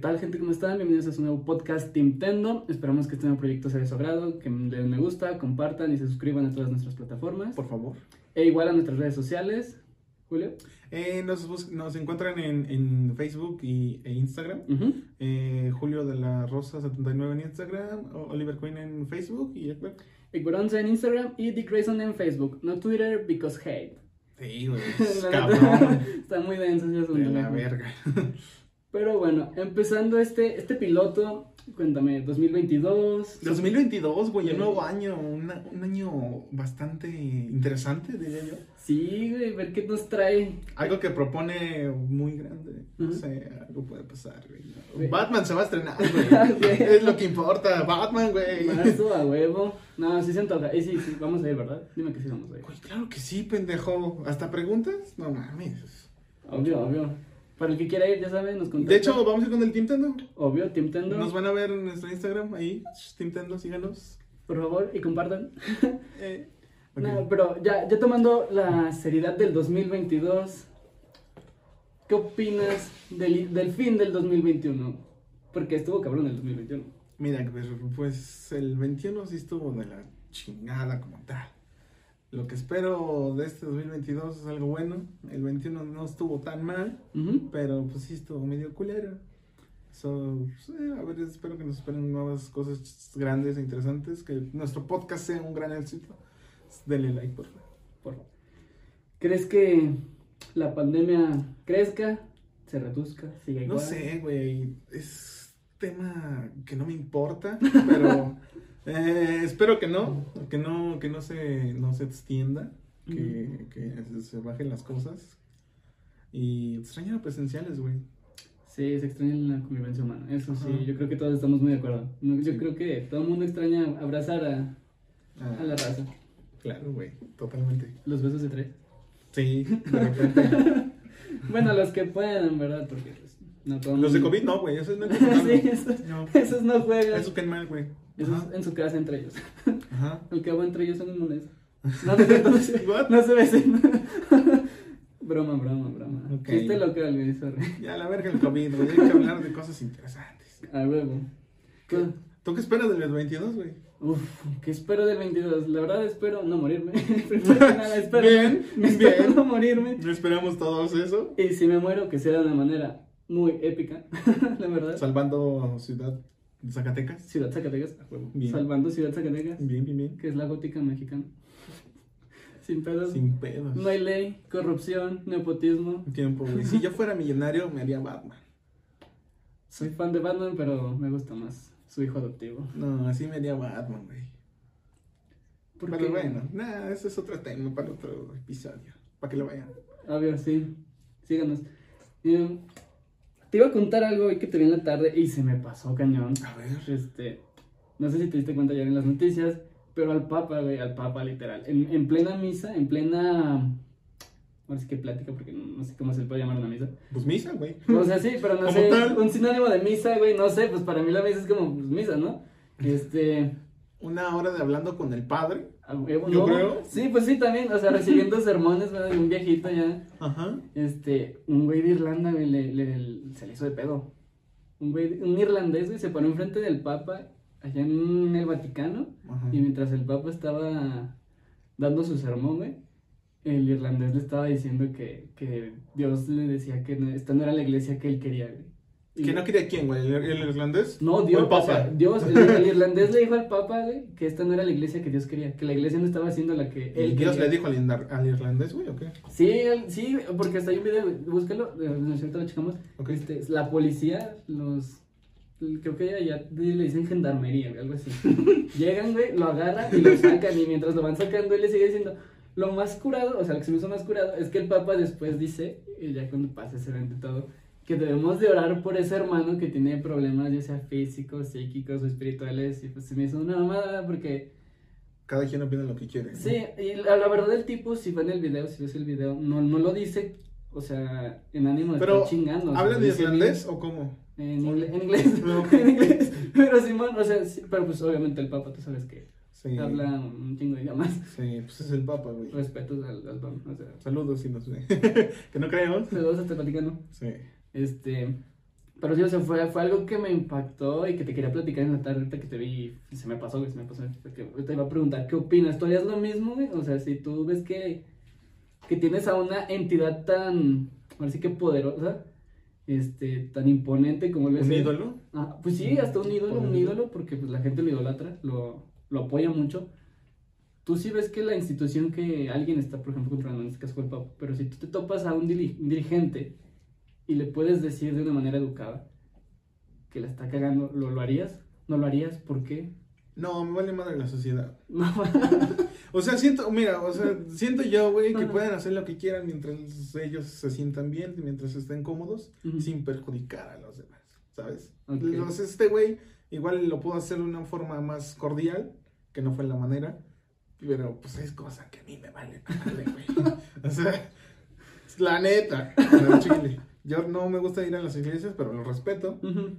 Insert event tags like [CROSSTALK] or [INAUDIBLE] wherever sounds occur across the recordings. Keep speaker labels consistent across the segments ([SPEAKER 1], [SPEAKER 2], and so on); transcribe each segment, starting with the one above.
[SPEAKER 1] tal gente? ¿Cómo están? Bienvenidos a su nuevo podcast Tintendo. Esperamos que este nuevo proyecto sea de su agrado, que le den me gusta, compartan y se suscriban a todas nuestras plataformas.
[SPEAKER 2] Por favor.
[SPEAKER 1] E igual a nuestras redes sociales. Julio.
[SPEAKER 2] Eh, nos, bus- nos encuentran en, en Facebook y, e Instagram.
[SPEAKER 1] Ujú.
[SPEAKER 2] Eh, Julio de la Rosa 79 en Instagram, O- Oliver Queen en Facebook y Ekberg.
[SPEAKER 1] Igboronza en Instagram y Dick Grayson en Facebook. No Twitter, because hate. [LAUGHS]
[SPEAKER 2] Sí, [LAUGHS] güey.
[SPEAKER 1] La neta,
[SPEAKER 2] Cabrón.
[SPEAKER 1] [LAUGHS] Está muy denso ese
[SPEAKER 2] De
[SPEAKER 1] asunto,
[SPEAKER 2] [LAUGHS] la
[SPEAKER 1] loco.
[SPEAKER 2] verga.
[SPEAKER 1] Pero bueno, empezando este, este piloto, cuéntame, 2022.
[SPEAKER 2] 2022, güey, el nuevo año. una- un año bastante interesante, diría yo.
[SPEAKER 1] Sí, güey, ver qué nos trae.
[SPEAKER 2] Algo que propone muy grande. No
[SPEAKER 1] Ujú.
[SPEAKER 2] sé, algo puede pasar, güey.
[SPEAKER 1] Güey.
[SPEAKER 2] Batman se va a [LAUGHS] estrenar, güey.
[SPEAKER 1] Sí.
[SPEAKER 2] es lo que importa. Batman, güey.
[SPEAKER 1] Marzo a huevo. No, sí se antoja. Eh, sí, sí, vamos a ir, ¿verdad? Dime que sí vamos a ir.
[SPEAKER 2] Güey, Pues claro que sí, pendejo. ¿Hasta preguntas? No mames.
[SPEAKER 1] Obvio, obvio. Para el que quiera ir, ya saben, nos contacta.
[SPEAKER 2] De hecho, vamos a ir con el Team Tendo.
[SPEAKER 1] obvio, Team Tendo,
[SPEAKER 2] Nos van a ver en nuestro Instagram ahí. Sh, Team Tendo, síganos.
[SPEAKER 1] por favor, y compartan.
[SPEAKER 2] Eh, ok.
[SPEAKER 1] No, pero ya, ya tomando la seriedad del 2022, ¿qué opinas del, del fin del 2021? Porque estuvo cabrón el 2021.
[SPEAKER 2] Mira, pues, pues el 21 sí estuvo de la chingada como tal. Lo que espero de este 2022 es algo bueno. El 21 no estuvo tan mal,
[SPEAKER 1] Ujú.
[SPEAKER 2] pero pues sí estuvo medio culero. So, pues, eh, a ver, espero que nos esperen nuevas cosas ch- grandes e interesantes. Que nuestro podcast sea un gran éxito. Denle like, por favor.
[SPEAKER 1] Por favor. ¿Crees que la pandemia crezca, se reduzca, siga igual?
[SPEAKER 2] No sé, güey. Es tema que no me importa, pero eh, espero que no, que no, que no se, no se extienda, que, que se- se bajen las cosas. Y pues, extraño a presenciales, güey.
[SPEAKER 1] Sí, se extraña la convivencia humana. Eso sí,
[SPEAKER 2] Ajá.
[SPEAKER 1] yo creo que todos estamos muy de acuerdo. No, Yo
[SPEAKER 2] Sí.
[SPEAKER 1] creo que todo el mundo extraña abrazar a,
[SPEAKER 2] Ah,
[SPEAKER 1] a la raza.
[SPEAKER 2] claro, güey, totalmente.
[SPEAKER 1] Los besos de tres.
[SPEAKER 2] Sí, de repente.
[SPEAKER 1] Bueno, los que puedan, ¿verdad? Porque pues, no todo el
[SPEAKER 2] Los de
[SPEAKER 1] mundo-
[SPEAKER 2] COVID no, güey, eso es no
[SPEAKER 1] sí, esos,
[SPEAKER 2] No,
[SPEAKER 1] [LAUGHS] esos no juegan.
[SPEAKER 2] eso caen mal, güey.
[SPEAKER 1] Esos en su casa entre ellos.
[SPEAKER 2] Ajá.
[SPEAKER 1] Al cabo entre ellos son
[SPEAKER 2] [LAUGHS]
[SPEAKER 1] inmunes. No, no, no, no, se-
[SPEAKER 2] What?
[SPEAKER 1] no se besen. [LAUGHS] broma, broma, broma.
[SPEAKER 2] Ok.
[SPEAKER 1] Chiste local, güey, sorry.
[SPEAKER 2] Ya la verga el COVID, güey, hay que hablar de cosas interesantes.
[SPEAKER 1] A huevo. Ah,
[SPEAKER 2] ¿Qué? ¿Tú qué esperas del 22, güey?
[SPEAKER 1] Uf, ¿qué espero del 22? La verdad espero no morirme. [LAUGHS] Primero que nada, espero.
[SPEAKER 2] Bien,
[SPEAKER 1] me [LAUGHS] espero
[SPEAKER 2] bien.
[SPEAKER 1] no morirme.
[SPEAKER 2] No esperamos todos eso.
[SPEAKER 1] Y si me muero, que sea de una manera muy épica, [LAUGHS] la verdad.
[SPEAKER 2] Salvando ciudad de Zacatecas.
[SPEAKER 1] Ciudad Zacatecas, a huevo.
[SPEAKER 2] Bien.
[SPEAKER 1] Salvando Ciudad Zacatecas,
[SPEAKER 2] Bien, bien, bien.
[SPEAKER 1] que es la gótica mexicana. [LAUGHS] Sin pedos.
[SPEAKER 2] Sin pedos.
[SPEAKER 1] No hay ley, corrupción, nepotismo.
[SPEAKER 2] tiempo, güey. Si yo fuera millonario, me haría Batman.
[SPEAKER 1] Soy fan de Batman, pero me gusta más su hijo adoptivo.
[SPEAKER 2] No, así me haría Batman, güey.
[SPEAKER 1] ¿Por
[SPEAKER 2] Pero
[SPEAKER 1] qué?
[SPEAKER 2] bueno, nada, ese es otro tema para otro episodio. Para que lo vayan.
[SPEAKER 1] A ver, sí. Síganos. Eh, te iba a contar algo hoy que te vi en la tarde y se me pasó cañón.
[SPEAKER 2] A ver.
[SPEAKER 1] Este, no sé si te diste cuenta ayer en las noticias, pero al Papa, güey, al Papa literal, en, en plena misa, en plena... Ahora sí que plática, porque no, no sé cómo se le puede llamar una misa.
[SPEAKER 2] Pues misa, güey.
[SPEAKER 1] O sea, sí, pero no
[SPEAKER 2] Como
[SPEAKER 1] sé,
[SPEAKER 2] tal.
[SPEAKER 1] un sinónimo de misa, güey, no sé, pues para mí la misa es como pues, misa, ¿no? Este...
[SPEAKER 2] Una hora de hablando con el padre.
[SPEAKER 1] a huevo,
[SPEAKER 2] Yo
[SPEAKER 1] ¿no?
[SPEAKER 2] creo.
[SPEAKER 1] Sí, pues sí, también, o sea,
[SPEAKER 2] [LAUGHS]
[SPEAKER 1] recibiendo sermones, ¿verdad? De un viejito ya.
[SPEAKER 2] Ajá.
[SPEAKER 1] Este, un güey de Irlanda, güey, le, le- se le hizo de pedo. Un güey, un irlandés, güey, se paró enfrente del Papa allá en el Vaticano.
[SPEAKER 2] Ajá.
[SPEAKER 1] Y mientras el Papa estaba dando su sermón, güey, el irlandés le estaba diciendo que, que Dios le decía que no- esta no era la iglesia que él quería, güey. Y-
[SPEAKER 2] ¿Que no quería quién, güey? ¿El, el irlandés?
[SPEAKER 1] No,
[SPEAKER 2] ¿O
[SPEAKER 1] Dios,
[SPEAKER 2] El papa.
[SPEAKER 1] o sea, Dios, el, el irlandés le dijo al Papa, güey, que esta no era la iglesia que Dios quería, que la iglesia no estaba haciendo la que él
[SPEAKER 2] ¿El Dios
[SPEAKER 1] quería.
[SPEAKER 2] le dijo al, indar- al irlandés, güey, o qué?
[SPEAKER 1] Sí, él- sí, porque hasta hay un video, güey, búscalo, eh, no es cierto, lo checamos.
[SPEAKER 2] Ok.
[SPEAKER 1] Este, la policía, los. Creo que allá le dicen gendarmería, güey, algo así. Llegan, güey, lo agarran y lo sacan. Y mientras lo van sacando, él le sigue diciendo. Lo más curado, o sea, lo que se me hizo más curado es que el Papa después dice, y ya cuando pasa ese evento y todo, que debemos de orar por ese hermano que tiene problemas, ya sea físicos, psíquicos o espirituales. Y pues se me hizo una mamada porque
[SPEAKER 2] Cada quien opina lo que quiere. ¿no?
[SPEAKER 1] Sí, y la, la verdad el tipo, si ven el video, si ves el video, no, no lo dice, o sea, en ánimo de
[SPEAKER 2] Pero,
[SPEAKER 1] estar chingando. o sea,
[SPEAKER 2] ¿Hablan de
[SPEAKER 1] dice bien-
[SPEAKER 2] irlandés o cómo?
[SPEAKER 1] En, ingle- en inglés, [LAUGHS]
[SPEAKER 2] No.
[SPEAKER 1] en inglés. Pero Simón, o sea, sí, pero pues obviamente el Papa, tú sabes que
[SPEAKER 2] Sí.
[SPEAKER 1] habla un chingo de idiomas.
[SPEAKER 2] Sí, pues es el papa, güey.
[SPEAKER 1] Respetos al, al Papa, o sea,
[SPEAKER 2] Saludos si nos ve. [LAUGHS] que no creemos.
[SPEAKER 1] saludos hasta el Vaticano.
[SPEAKER 2] Sí.
[SPEAKER 1] Este, Pero sí, o sea, fue, fue algo que me impactó y que te quería platicar en la tarde ahorita que te vi y se me pasó, güey, se me pasó. Porque te iba a preguntar, ¿qué opinas? ¿Tú harías lo mismo, güey? O sea, si tú ves que, que tienes a una entidad tan, ahora sí que poderosa, este, tan imponente como el
[SPEAKER 2] ¿Un ídolo?
[SPEAKER 1] Ah, pues sí, hasta un ídolo,
[SPEAKER 2] Por
[SPEAKER 1] un
[SPEAKER 2] el-
[SPEAKER 1] ídolo, porque pues la gente lo idolatra, lo, lo apoya mucho. Tú sí ves que la institución que alguien está, por ejemplo, controlando, en este caso fue el Papa, pero si tú te topas a un, dili- un dirigente y le puedes decir de una manera educada que la está cagando, ¿lo, lo harías? ¿No lo harías? ¿Por qué? [LAUGHS]
[SPEAKER 2] No, me vale madre la sociedad.
[SPEAKER 1] No,
[SPEAKER 2] O sea, siento, mira, o sea, siento yo, güey, que
[SPEAKER 1] Ajá.
[SPEAKER 2] pueden hacer lo que quieran mientras ellos se sientan bien, mientras estén cómodos,
[SPEAKER 1] Ujú.
[SPEAKER 2] sin perjudicar a los demás, ¿sabes?
[SPEAKER 1] Ok.
[SPEAKER 2] Entonces, este güey igual lo pudo hacer de una forma más cordial, que no fue la manera, pero pues es cosa que a mí me vale, madre, güey. [LAUGHS] O sea, es la neta, al chile. Yo no me gusta ir a las iglesias, pero lo respeto,
[SPEAKER 1] Ujú.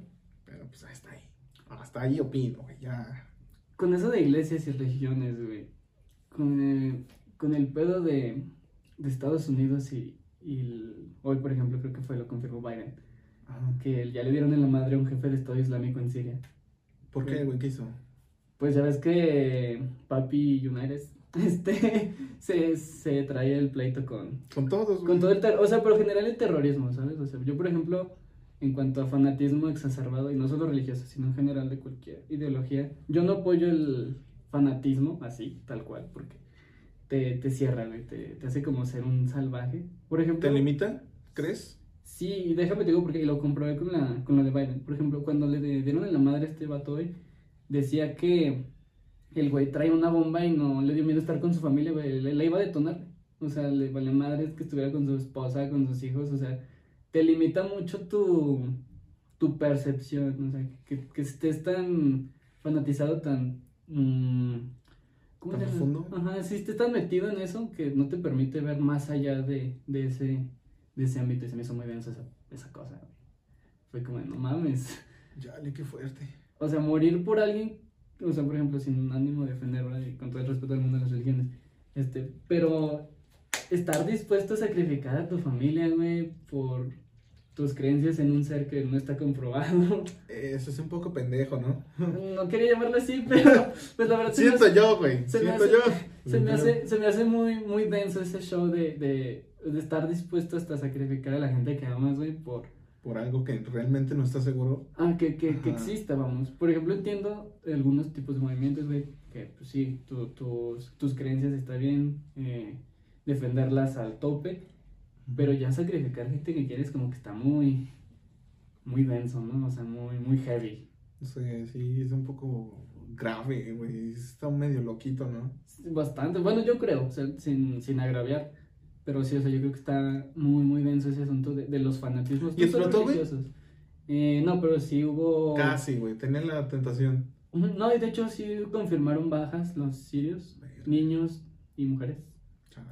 [SPEAKER 2] pero pues hasta ahí. Hasta ahí opino, güey, ya.
[SPEAKER 1] Con eso de iglesias y religiones, güey. Con, eh, con el pedo de, de Estados Unidos y, y el- hoy, por ejemplo, creo que fue, lo confirmó Biden.
[SPEAKER 2] Ajá.
[SPEAKER 1] que ya le dieron en la madre a un jefe de Estado Islámico en Siria.
[SPEAKER 2] ¿Por qué, güey? ¿Qué hizo?
[SPEAKER 1] Pues ya ves que Papi Yunares [LAUGHS] este, se, se trae el pleito con,
[SPEAKER 2] Con todos, güey.
[SPEAKER 1] con todo el terror, o sea, por lo general el terrorismo, ¿sabes? O sea, yo por ejemplo, en cuanto a fanatismo exacerbado, y no solo religioso, sino en general de cualquier ideología, yo no apoyo el fanatismo así, tal cual, porque te, te cierra, güey, te, te hace como ser un salvaje. Por ejemplo...
[SPEAKER 2] ¿Te limita? ¿Crees?
[SPEAKER 1] Sí, y déjame te digo porque lo comprobé con, la, con lo de Biden. Por ejemplo, cuando le de- dieron en la madre a este vato hoy, decía que el güey traía una bomba y no le dio miedo estar con su familia, güey, le- la iba a detonar. O sea, le vale madre que estuviera con su esposa, con sus hijos, o sea, te limita mucho tu, tu percepción, o sea, que, que estés tan fanatizado, tan... mm, se llama?
[SPEAKER 2] Tan profundo.
[SPEAKER 1] Ajá, sí, estés tan metido en eso que no te permite ver más allá de, de ese de ese ámbito y se me hizo muy denso esa, esa cosa. güey. Fue como, no mames.
[SPEAKER 2] Yale, qué fuerte.
[SPEAKER 1] O sea, morir por alguien, o sea, por ejemplo, sin ánimo de ofender, ¿verdad? Y con todo el respeto del mundo de las religiones. Este, pero estar dispuesto a sacrificar a tu familia, güey, por tus creencias en un ser que no está comprobado. [LAUGHS]
[SPEAKER 2] Eso es un poco pendejo, ¿no?
[SPEAKER 1] No quería llamarlo así, pero pues la verdad se me
[SPEAKER 2] Siento yo, güey.
[SPEAKER 1] se me
[SPEAKER 2] Siento
[SPEAKER 1] hace-
[SPEAKER 2] yo.
[SPEAKER 1] Se me hace, se me hace muy, muy denso ese show de, de, de estar dispuesto hasta sacrificar a la gente que amas, güey, por,
[SPEAKER 2] Por algo que realmente no está seguro.
[SPEAKER 1] Ah, que, que, que
[SPEAKER 2] Ajá.
[SPEAKER 1] exista, vamos. Por ejemplo, entiendo algunos tipos de movimientos, güey, que pues sí, tu- tus, tus creencias está bien, eh, defenderlas al tope, pero ya sacrificar gente que quieres como que está muy, muy denso, ¿no? O sea, muy, muy heavy.
[SPEAKER 2] No sé, sí, es un poco grave, güey. Está medio loquito, ¿no?
[SPEAKER 1] Bastante, bueno, yo creo, o sea, sin, sin agraviar, pero sí, o sea, yo creo que está muy, muy denso ese asunto de, de los fanatismos.
[SPEAKER 2] ¿Y
[SPEAKER 1] no solo
[SPEAKER 2] explotó, güey?
[SPEAKER 1] religiosos. Eh, no, pero sí hubo...
[SPEAKER 2] Casi, güey. Tenía la tentación.
[SPEAKER 1] Ujú, No, y de hecho sí confirmaron bajas los sirios, niños y mujeres.
[SPEAKER 2] Chale.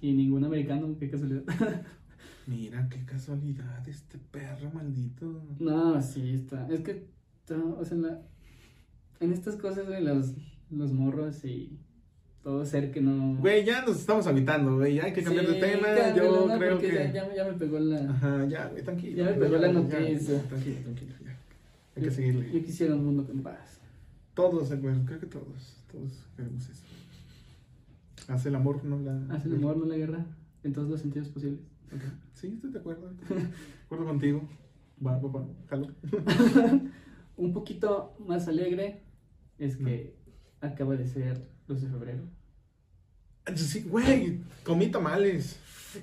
[SPEAKER 1] Y ningún americano, qué casualidad. [LAUGHS]
[SPEAKER 2] Mira, qué casualidad, este perro maldito.
[SPEAKER 1] no, sí, está. Es que, está, o sea, en, la- en estas cosas de los, los morros y todo ser que no...
[SPEAKER 2] Güey, ya nos estamos habitando, güey. Ya hay que cambiar de
[SPEAKER 1] Sí,
[SPEAKER 2] tema.
[SPEAKER 1] cámbialo,
[SPEAKER 2] yo
[SPEAKER 1] no,
[SPEAKER 2] creo
[SPEAKER 1] porque
[SPEAKER 2] que. Ah,
[SPEAKER 1] Ya, ya, ya me pegó la...
[SPEAKER 2] Ajá, ya, güey, tranquilo.
[SPEAKER 1] Ya me
[SPEAKER 2] güey,
[SPEAKER 1] pegó la
[SPEAKER 2] güey, ya,
[SPEAKER 1] noticia.
[SPEAKER 2] tranquilo, tranquilo, ya. Hay que
[SPEAKER 1] Yo-
[SPEAKER 2] seguirle.
[SPEAKER 1] Yo quisiera un mundo con paz.
[SPEAKER 2] Todos, eh, bueno, creo que todos, todos queremos eso. Hace el amor, no la...
[SPEAKER 1] Hace el amor, no la guerra, en todos los sentidos
[SPEAKER 2] [LAUGHS]
[SPEAKER 1] posibles.
[SPEAKER 2] Ok. Sí, estoy de acuerdo. De acuerdo contigo. Va, papá, jalo.
[SPEAKER 1] Un poquito más alegre es que acaba de ser 12 de febrero.
[SPEAKER 2] Sí, güey, comí tamales.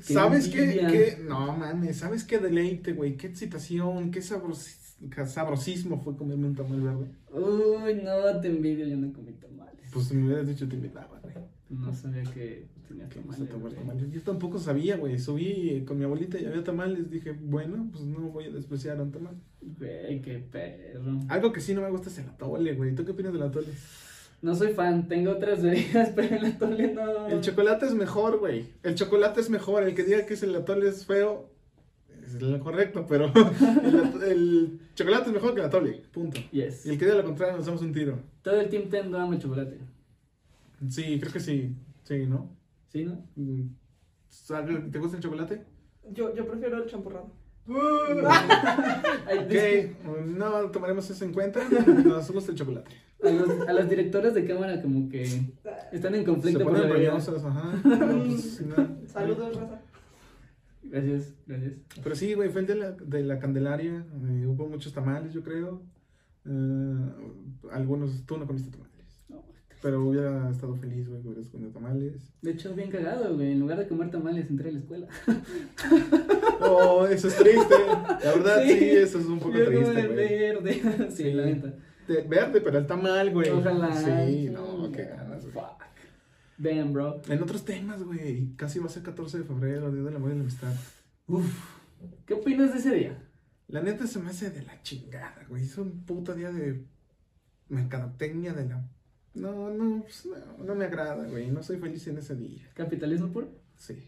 [SPEAKER 1] Qué
[SPEAKER 2] ¿Sabes qué,
[SPEAKER 1] envidia.
[SPEAKER 2] qué? No, mames, ¿sabes qué deleite, güey? ¿Qué excitación? ¿Qué sabros- ca- sabrosismo fue comerme un tamal verde?
[SPEAKER 1] Uy, no, te envidio, yo no comí tamales.
[SPEAKER 2] Pues si me hubieras dicho te invitaba, güey.
[SPEAKER 1] No sabía que tenía
[SPEAKER 2] Que
[SPEAKER 1] tamales.
[SPEAKER 2] vas a tomar
[SPEAKER 1] güey.
[SPEAKER 2] tamales. Yo tampoco sabía, güey. Subí eh, con mi abuelita y había tamales. Dije, bueno, pues no voy a despreciar un tamal.
[SPEAKER 1] Güey, qué perro.
[SPEAKER 2] Algo que sí no me gusta es el atole, güey. ¿Tú qué opinas del atole?
[SPEAKER 1] No soy fan, tengo otras bebidas, [LAUGHS] pero el atole no.
[SPEAKER 2] El chocolate es mejor, güey. El chocolate es mejor. El que diga que es el atole es feo es lo correcto, pero [LAUGHS] el, at- el chocolate es mejor que el atole. Punto.
[SPEAKER 1] Yes.
[SPEAKER 2] Y el que diga lo contrario nos damos un tiro.
[SPEAKER 1] Todo el team Tendo ama el chocolate.
[SPEAKER 2] Sí, creo que sí. Sí, ¿no? [LAUGHS]
[SPEAKER 1] ¿Sí, no?
[SPEAKER 2] Mm. ¿Sabe- ¿Te gusta el chocolate?
[SPEAKER 3] Yo, yo prefiero el champurrado.
[SPEAKER 1] Ay, disculpe.
[SPEAKER 2] Ok, no tomaremos eso en cuenta. Nos gusta el chocolate.
[SPEAKER 1] A, los- a las directoras de cámara como que están en
[SPEAKER 2] Se
[SPEAKER 1] conflicto por
[SPEAKER 2] ponen
[SPEAKER 1] la vida.
[SPEAKER 2] roñosas, ajá. No, pues, no.
[SPEAKER 3] Saludos, Rosa.
[SPEAKER 1] Gracias, gracias.
[SPEAKER 2] Pero sí, güey, fue el de la, de la Candelaria. eh, hubo muchos tamales, yo creo. Eh, algunos, tú no comiste tamales.
[SPEAKER 1] No.
[SPEAKER 2] Pero hubiera estado feliz, güey, que hubieras comido tamales.
[SPEAKER 1] De hecho, bien cagado, güey. En lugar de comer tamales, entré a la escuela.
[SPEAKER 2] Oh, eso es triste. La verdad, sí, eso es un poco
[SPEAKER 1] Yo como
[SPEAKER 2] triste,
[SPEAKER 1] el
[SPEAKER 2] güey.
[SPEAKER 1] verde. [LAUGHS] Sí,
[SPEAKER 2] Sí.
[SPEAKER 1] la neta.
[SPEAKER 2] De- Verde, pero el tamal, güey.
[SPEAKER 1] Ojalá.
[SPEAKER 2] Sí, no, qué ganas, güey.
[SPEAKER 1] Fuck. Damn, bro.
[SPEAKER 2] En otros temas, güey, casi va a ser 14 de febrero, Día del Amor y la Amistad.
[SPEAKER 1] Uf. ¿Qué opinas de ese día?
[SPEAKER 2] La neta se me hace de la chingada, güey. Es un puto día de mercadotecnia de la... No, no, pues, no, no me agrada, güey. No soy feliz en ese día.
[SPEAKER 1] ¿Capitalismo puro?
[SPEAKER 2] Sí.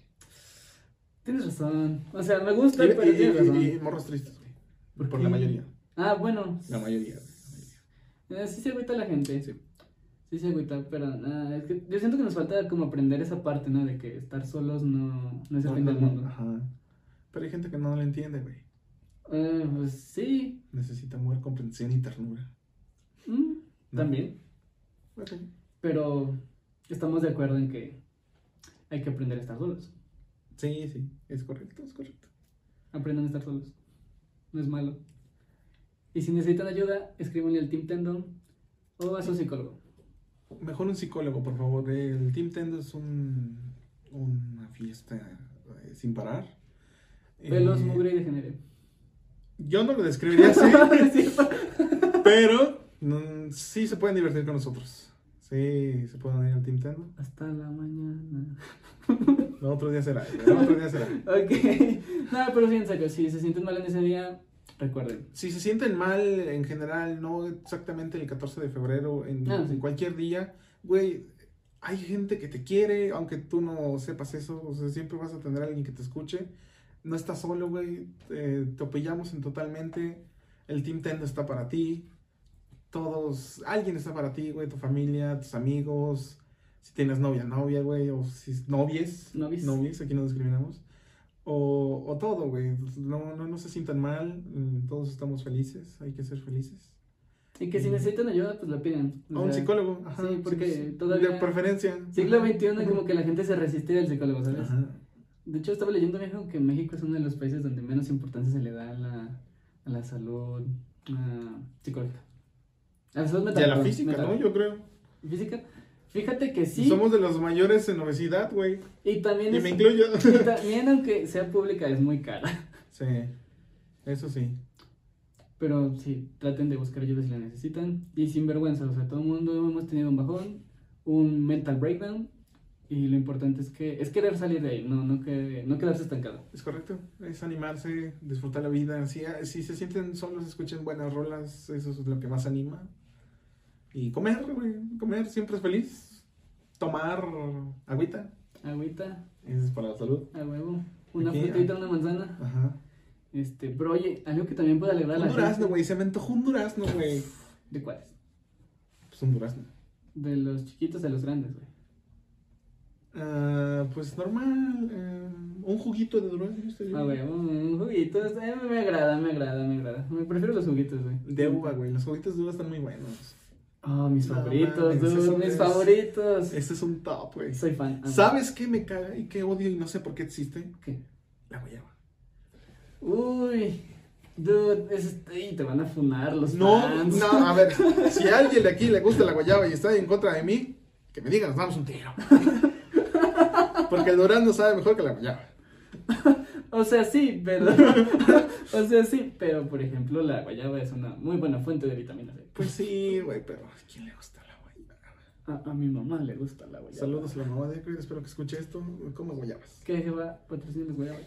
[SPEAKER 1] Tienes razón. O sea, me
[SPEAKER 2] Y,
[SPEAKER 1] gusta, pero
[SPEAKER 2] y-
[SPEAKER 1] tienes razón.
[SPEAKER 2] y- y morros tristes, güey.
[SPEAKER 1] ¿Por
[SPEAKER 2] ¿Por,
[SPEAKER 1] qué?
[SPEAKER 2] la mayoría.
[SPEAKER 1] Ah, bueno.
[SPEAKER 2] La mayoría, güey. la mayoría.
[SPEAKER 1] eh, Sí se agüita la gente.
[SPEAKER 2] Sí.
[SPEAKER 1] Sí se agüita, pero ah, es que yo siento que nos falta como aprender esa parte, ¿no? De que estar solos no, no es el
[SPEAKER 2] No,
[SPEAKER 1] fin
[SPEAKER 2] no,
[SPEAKER 1] del
[SPEAKER 2] no,
[SPEAKER 1] mundo.
[SPEAKER 2] Ajá. Pero hay gente que no lo entiende, güey.
[SPEAKER 1] Eh, pues sí.
[SPEAKER 2] Necesita amor, comprensión y ternura.
[SPEAKER 1] Mm,
[SPEAKER 2] ¿no?
[SPEAKER 1] También.
[SPEAKER 2] Ok.
[SPEAKER 1] Pero estamos de acuerdo en que hay que aprender a estar solos.
[SPEAKER 2] Sí, sí. Es correcto, es correcto.
[SPEAKER 1] Aprendan a estar solos. No es malo. Y si necesitan ayuda, escríbanle al Team Tendo o a su psicólogo.
[SPEAKER 2] Mejor un psicólogo, por favor. El Team Tendo es un, una fiesta eh, sin parar.
[SPEAKER 1] Pelos,
[SPEAKER 2] Eh,
[SPEAKER 1] mugre y
[SPEAKER 2] [LAUGHS]
[SPEAKER 1] degenere.
[SPEAKER 2] Yo no lo describiría así,
[SPEAKER 1] [LAUGHS] Es cierto.
[SPEAKER 2] pero mm, sí se pueden divertir con nosotros. Sí, se pueden ir al Team Tendo.
[SPEAKER 1] Hasta la mañana. [LAUGHS]
[SPEAKER 2] No, otro día será. ¿eh? no, otro día será.
[SPEAKER 1] Ok. Nada, pero sí, en serio, si se sienten mal en ese día, recuerden.
[SPEAKER 2] Si se sienten mal en general, no exactamente el 14 de febrero, en,
[SPEAKER 1] Ah, sí.
[SPEAKER 2] en cualquier día, güey, hay gente que te quiere, aunque tú no sepas eso, o sea, siempre vas a tener a alguien que te escuche. No estás solo, güey, eh, te apoyamos en totalmente, el Team Tendo está para ti, todos, alguien está para ti, güey, tu familia, tus amigos, si tienes novia, novia, güey, o si es novies,
[SPEAKER 1] Novies.
[SPEAKER 2] novies, aquí no discriminamos. O, o todo, güey. No, no, no se sientan mal. mm, Todos estamos felices. Hay que ser felices.
[SPEAKER 1] Y que si necesitan ayuda, pues la piden.
[SPEAKER 2] a un
[SPEAKER 1] sea,
[SPEAKER 2] psicólogo. Ajá,
[SPEAKER 1] sí, porque
[SPEAKER 2] De
[SPEAKER 1] todavía-
[SPEAKER 2] preferencia.
[SPEAKER 1] Siglo
[SPEAKER 2] Ajá.
[SPEAKER 1] XXI, como que la gente se resiste al psicólogo, ¿sabes?
[SPEAKER 2] Ajá.
[SPEAKER 1] De hecho, estaba leyendo viejo que México es uno de los países donde menos importancia se le da a la, a la salud ah, psicológica. A la salud
[SPEAKER 2] Y
[SPEAKER 1] mental.
[SPEAKER 2] a la
[SPEAKER 1] perdón,
[SPEAKER 2] física,
[SPEAKER 1] mental.
[SPEAKER 2] ¿no? Yo creo.
[SPEAKER 1] ¿Física? Fíjate que sí.
[SPEAKER 2] Somos de los mayores en obesidad, güey.
[SPEAKER 1] Y también,
[SPEAKER 2] Y
[SPEAKER 1] es-
[SPEAKER 2] me incluyo. [LAUGHS]
[SPEAKER 1] y también, aunque sea pública, es muy cara.
[SPEAKER 2] sí. Eso sí.
[SPEAKER 1] Pero sí, traten de buscar ayuda si la necesitan. Y sin vergüenza, o sea, todo el mundo hemos tenido un bajón, un mental breakdown. Y lo importante es que es querer salir de ahí, no, no, que, no quedarse estancado.
[SPEAKER 2] Es correcto. Es animarse, disfrutar la vida. Si, si se sienten solos, escuchen buenas rolas. Eso es lo que más anima. Y comer, güey. Comer siempre es feliz. Tomar agüita.
[SPEAKER 1] Agüita,
[SPEAKER 2] Eso es para la salud.
[SPEAKER 1] a huevo, una
[SPEAKER 2] Aquí,
[SPEAKER 1] frutita,
[SPEAKER 2] ah.
[SPEAKER 1] una manzana.
[SPEAKER 2] Ajá.
[SPEAKER 1] Este, pero oye, algo que también puede alegrar a la
[SPEAKER 2] Un
[SPEAKER 1] gente.
[SPEAKER 2] durazno, güey. Se me antojó un durazno, güey.
[SPEAKER 1] ¿De cuáles?
[SPEAKER 2] Pues un durazno.
[SPEAKER 1] De los chiquitos a los grandes, güey.
[SPEAKER 2] Ah, pues normal. eh, un juguito de durazno. este, yo-
[SPEAKER 1] Ah, güey, un, un juguito. este, eh, me agrada, me agrada, me agrada. Me prefiero los juguitos, güey.
[SPEAKER 2] De uva, güey. Los juguitos de uva están muy buenos.
[SPEAKER 1] Ah, mis
[SPEAKER 2] No
[SPEAKER 1] favoritos,
[SPEAKER 2] mames,
[SPEAKER 1] dude,
[SPEAKER 2] esos
[SPEAKER 1] mis
[SPEAKER 2] es-
[SPEAKER 1] favoritos.
[SPEAKER 2] Este es un top, güey.
[SPEAKER 1] Soy fan. amo.
[SPEAKER 2] ¿Sabes qué me caga y qué odio y no sé por qué existe?
[SPEAKER 1] ¿Qué?
[SPEAKER 2] La guayaba.
[SPEAKER 1] Uy, dude, es este, y te van a funar los
[SPEAKER 2] No,
[SPEAKER 1] fans.
[SPEAKER 2] no, a ver, si a alguien de aquí le gusta la guayaba y está en contra de mí, que me digan, nos damos un tiro. Porque el durazno sabe mejor que la guayaba.
[SPEAKER 1] O sea, sí, pero. [LAUGHS] o sea, sí, pero por ejemplo, la guayaba es una muy buena fuente de vitamina C.
[SPEAKER 2] Pues sí, güey, pero ¿a quién le gusta la guayaba?
[SPEAKER 1] A, a mi mamá le gusta la guayaba.
[SPEAKER 2] Saludos a la mamá de Craig, espero que escuche esto. ¿Cómo guayabas?
[SPEAKER 1] ¿Qué, Jeva? Patrocina las guayabas.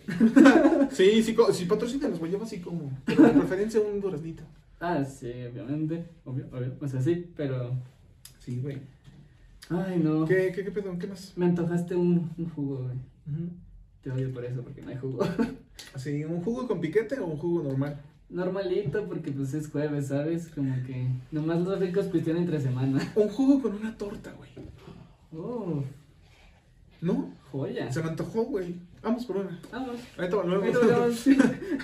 [SPEAKER 2] Sí, sí, co- si patrocinan las guayabas, sí como. Pero de preferencia un duraznito.
[SPEAKER 1] Ah, sí, obviamente. Obvio, obvio. O sea, sí, pero.
[SPEAKER 2] Sí, güey.
[SPEAKER 1] Ay, no.
[SPEAKER 2] ¿Qué, qué, qué pedo? ¿Qué más?
[SPEAKER 1] Me antojaste un, un jugo, güey. Te odio por eso, porque no hay jugo. [LAUGHS]
[SPEAKER 2] Sí, ¿un jugo con piquete o un jugo normal?
[SPEAKER 1] Normalito, porque pues es jueves, ¿sabes? Como que nomás los ricos cuestionan entre semana.
[SPEAKER 2] Un jugo con una torta, güey.
[SPEAKER 1] Oh.
[SPEAKER 2] No,
[SPEAKER 1] Joya.
[SPEAKER 2] se me antojó, güey. Vamos por una.
[SPEAKER 1] Vamos. Ahorita
[SPEAKER 2] Ahorita [LAUGHS] volvemos.
[SPEAKER 1] volvemos.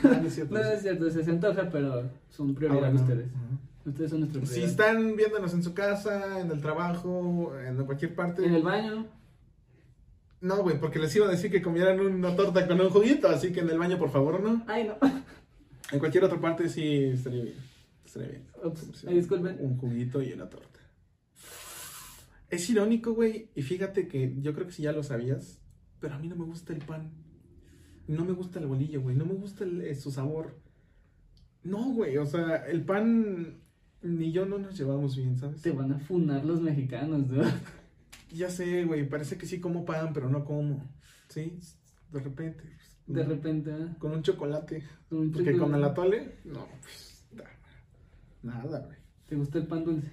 [SPEAKER 2] Ah, no es cierto.
[SPEAKER 1] No, es cierto, se antoja, pero son prioridad
[SPEAKER 2] Ahora no.
[SPEAKER 1] ustedes.
[SPEAKER 2] Ajá.
[SPEAKER 1] Ustedes son nuestro
[SPEAKER 2] Si
[SPEAKER 1] prioridad.
[SPEAKER 2] están viéndonos en su casa, en el trabajo, en cualquier parte.
[SPEAKER 1] En el baño.
[SPEAKER 2] No, güey, porque les iba a decir que comieran una torta con un juguito, así que en el baño, por favor, no.
[SPEAKER 1] Ay, no. [LAUGHS]
[SPEAKER 2] En cualquier otra parte sí estaría bien. Estaría bien.
[SPEAKER 1] Ups, ay, disculpen.
[SPEAKER 2] Un juguito y una torta. Es irónico, güey, y fíjate que yo creo que si ya lo sabías, pero a mí no me gusta el pan. No me gusta el bolillo, güey, no me gusta el- eh, su sabor. No, güey, o sea, el pan ni yo no nos llevamos bien, ¿sabes?
[SPEAKER 1] Te van a funar los mexicanos, dude.
[SPEAKER 2] Mm. Ya sé, güey, parece que sí como pan, pero no como. ¿Sí? De repente. pues,
[SPEAKER 1] De
[SPEAKER 2] no.
[SPEAKER 1] repente. ¿eh?
[SPEAKER 2] Con un chocolate.
[SPEAKER 1] Con un
[SPEAKER 2] Porque
[SPEAKER 1] chocolate.
[SPEAKER 2] con el atole, no, pues, da- nada, güey.
[SPEAKER 1] ¿Te gusta el pan dulce?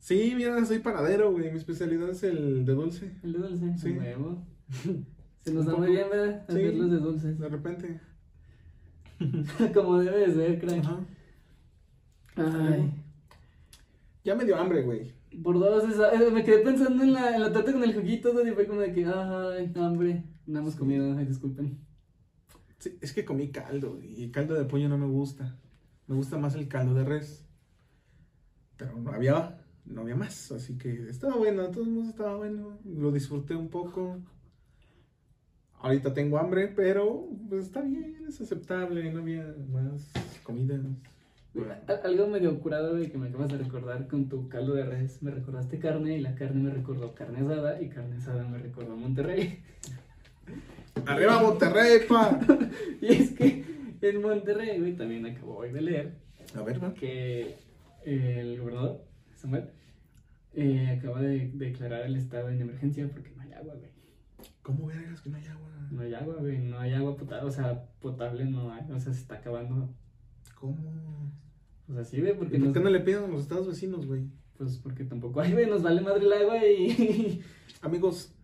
[SPEAKER 2] Sí, mira, soy panadero, güey. Mi especialidad es el de dulce.
[SPEAKER 1] El de dulce.
[SPEAKER 2] Sí.
[SPEAKER 1] Huevo. [LAUGHS] Se nos
[SPEAKER 2] Un
[SPEAKER 1] da muy
[SPEAKER 2] poco.
[SPEAKER 1] bien, ¿verdad?
[SPEAKER 2] Sí.
[SPEAKER 1] Hacer los de dulces.
[SPEAKER 2] De repente.
[SPEAKER 1] [LAUGHS] Como debe de ser, crack.
[SPEAKER 2] Ajá.
[SPEAKER 1] Ay.
[SPEAKER 2] Ya me dio hambre, güey.
[SPEAKER 1] Por dos, esa- eh, me quedé pensando en la, en la tarta con el juguito, dude, y fue como de que, ay, hambre. No hemos
[SPEAKER 2] Sí.
[SPEAKER 1] comido, ay, disculpen.
[SPEAKER 2] Sí, es que comí caldo y el caldo de pollo no me gusta. Me gusta más el caldo de res. Pero no había, no había más, así que estaba bueno, de todos modos estaba bueno. Lo disfruté un poco. Ahorita tengo hambre, pero pues, está bien, es aceptable, no había más comida.
[SPEAKER 1] Al- Algo medio curado de que me acabas de recordar con tu caldo de res. Me recordaste carne y la carne me recordó carne asada y carne asada me recordó Monterrey. [LAUGHS]
[SPEAKER 2] ¡Arriba Monterrey, pa!
[SPEAKER 1] Y es que en Monterrey, güey, también acabo hoy de leer
[SPEAKER 2] A ver, va.
[SPEAKER 1] que el gobernador, Samuel, eh, acaba de declarar el estado en emergencia porque no hay agua, güey.
[SPEAKER 2] ¿Cómo vergas que no hay agua?
[SPEAKER 1] No hay agua, güey, no hay agua potable, o sea, potable no hay, o sea, se está acabando.
[SPEAKER 2] ¿Cómo?
[SPEAKER 1] O sea, sí, güey,
[SPEAKER 2] ¿Y
[SPEAKER 1] porque
[SPEAKER 2] ¿Por
[SPEAKER 1] nos,
[SPEAKER 2] qué no le piden a los estados vecinos, güey?
[SPEAKER 1] pues porque tampoco hay, güey, nos vale madre el agua y [LAUGHS]
[SPEAKER 2] Amigos,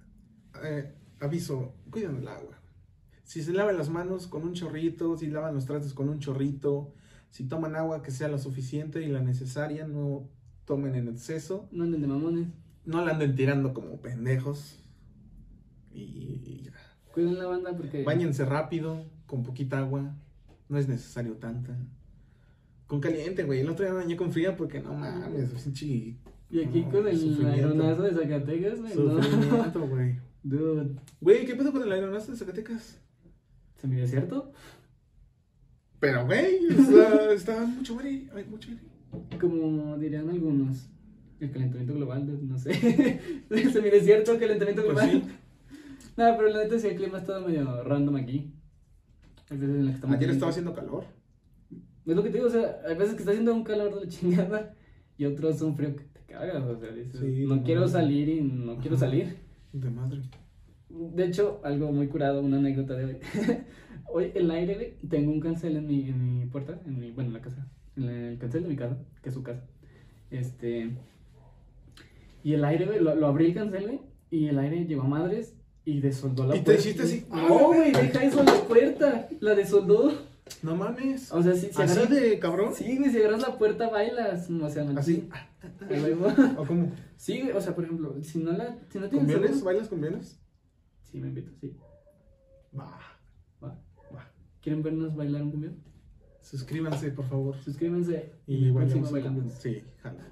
[SPEAKER 2] eh, aviso, cuiden el agua. Si se lavan las manos con un chorrito, si lavan los trastes con un chorrito, si toman agua que sea lo suficiente y la necesaria, no tomen en exceso,
[SPEAKER 1] no anden de mamones.
[SPEAKER 2] no la anden tirando como pendejos. Y ya.
[SPEAKER 1] Cuiden la banda porque
[SPEAKER 2] Báñense rápido, con poquita agua, no es necesario tanta. Con caliente, güey. El otro día me bañé con fría porque no mames, pinche
[SPEAKER 1] y aquí
[SPEAKER 2] No,
[SPEAKER 1] con el
[SPEAKER 2] sufrimiento.
[SPEAKER 1] aeronazo de Zacatecas, güey, no.
[SPEAKER 2] sufrimiento, güey.
[SPEAKER 1] [LAUGHS] Dude,
[SPEAKER 2] Güey, ¿qué pedo con el aeronazo de Zacatecas?
[SPEAKER 1] ¿se me cierto?
[SPEAKER 2] Pero, güey, o sea, está mucho güey, hay mucho güey.
[SPEAKER 1] Como dirían algunos, el calentamiento global, dude, no sé. [LAUGHS] se me cierto, calentamiento
[SPEAKER 2] Pues
[SPEAKER 1] global.
[SPEAKER 2] sí.
[SPEAKER 1] [LAUGHS] No, pero la neta sí el clima ha estado medio random aquí. Hay veces en las que estamos
[SPEAKER 2] Ayer estaba
[SPEAKER 1] bien.
[SPEAKER 2] haciendo calor.
[SPEAKER 1] Es lo que te digo, o sea, hay veces que está haciendo un calor de la chingada y otros un frío que te cagas, o sea, dices,
[SPEAKER 2] Sí,
[SPEAKER 1] no
[SPEAKER 2] no
[SPEAKER 1] quiero
[SPEAKER 2] mames.
[SPEAKER 1] salir y no quiero
[SPEAKER 2] Ajá.
[SPEAKER 1] salir.
[SPEAKER 2] De madre.
[SPEAKER 1] De hecho, algo muy curado, una anécdota de hoy. [LAUGHS] hoy en el aire, güey, tengo un cancel en mi, en mi puerta, en mi, bueno, en la casa, en el cancel de mi casa, que es su casa. Este. Y el aire, güey, lo, lo abrí el cancel, güey, y el aire llegó a madres y desoldó la
[SPEAKER 2] ¿Y te
[SPEAKER 1] puerta.
[SPEAKER 2] hiciste así? ¡ah,
[SPEAKER 1] No, güey, deja eso la puerta, la desoldó.
[SPEAKER 2] No mames. ¿Ah,
[SPEAKER 1] O sea, si, si
[SPEAKER 2] ¿Así
[SPEAKER 1] agarras-
[SPEAKER 2] de cabrón?
[SPEAKER 1] Sí, güey, si agarras la puerta bailas, o sea, machín.
[SPEAKER 2] ¿Así?
[SPEAKER 1] A huevo.
[SPEAKER 2] ¿O cómo?
[SPEAKER 1] Sí, güey, o sea, por ejemplo, si no la, si no
[SPEAKER 2] ¿Con
[SPEAKER 1] tienes
[SPEAKER 2] viones?
[SPEAKER 1] seguro-
[SPEAKER 2] ¿Bailas con viones?
[SPEAKER 1] Sí, me invito, sí.
[SPEAKER 2] Va.
[SPEAKER 1] Va.
[SPEAKER 2] Va.
[SPEAKER 1] ¿Quieren vernos bailar un cumbión?
[SPEAKER 2] Suscríbanse, por favor.
[SPEAKER 1] Suscríbanse
[SPEAKER 2] Y
[SPEAKER 1] próximo
[SPEAKER 2] bailamos.
[SPEAKER 1] bailamos.
[SPEAKER 2] Sí, jala.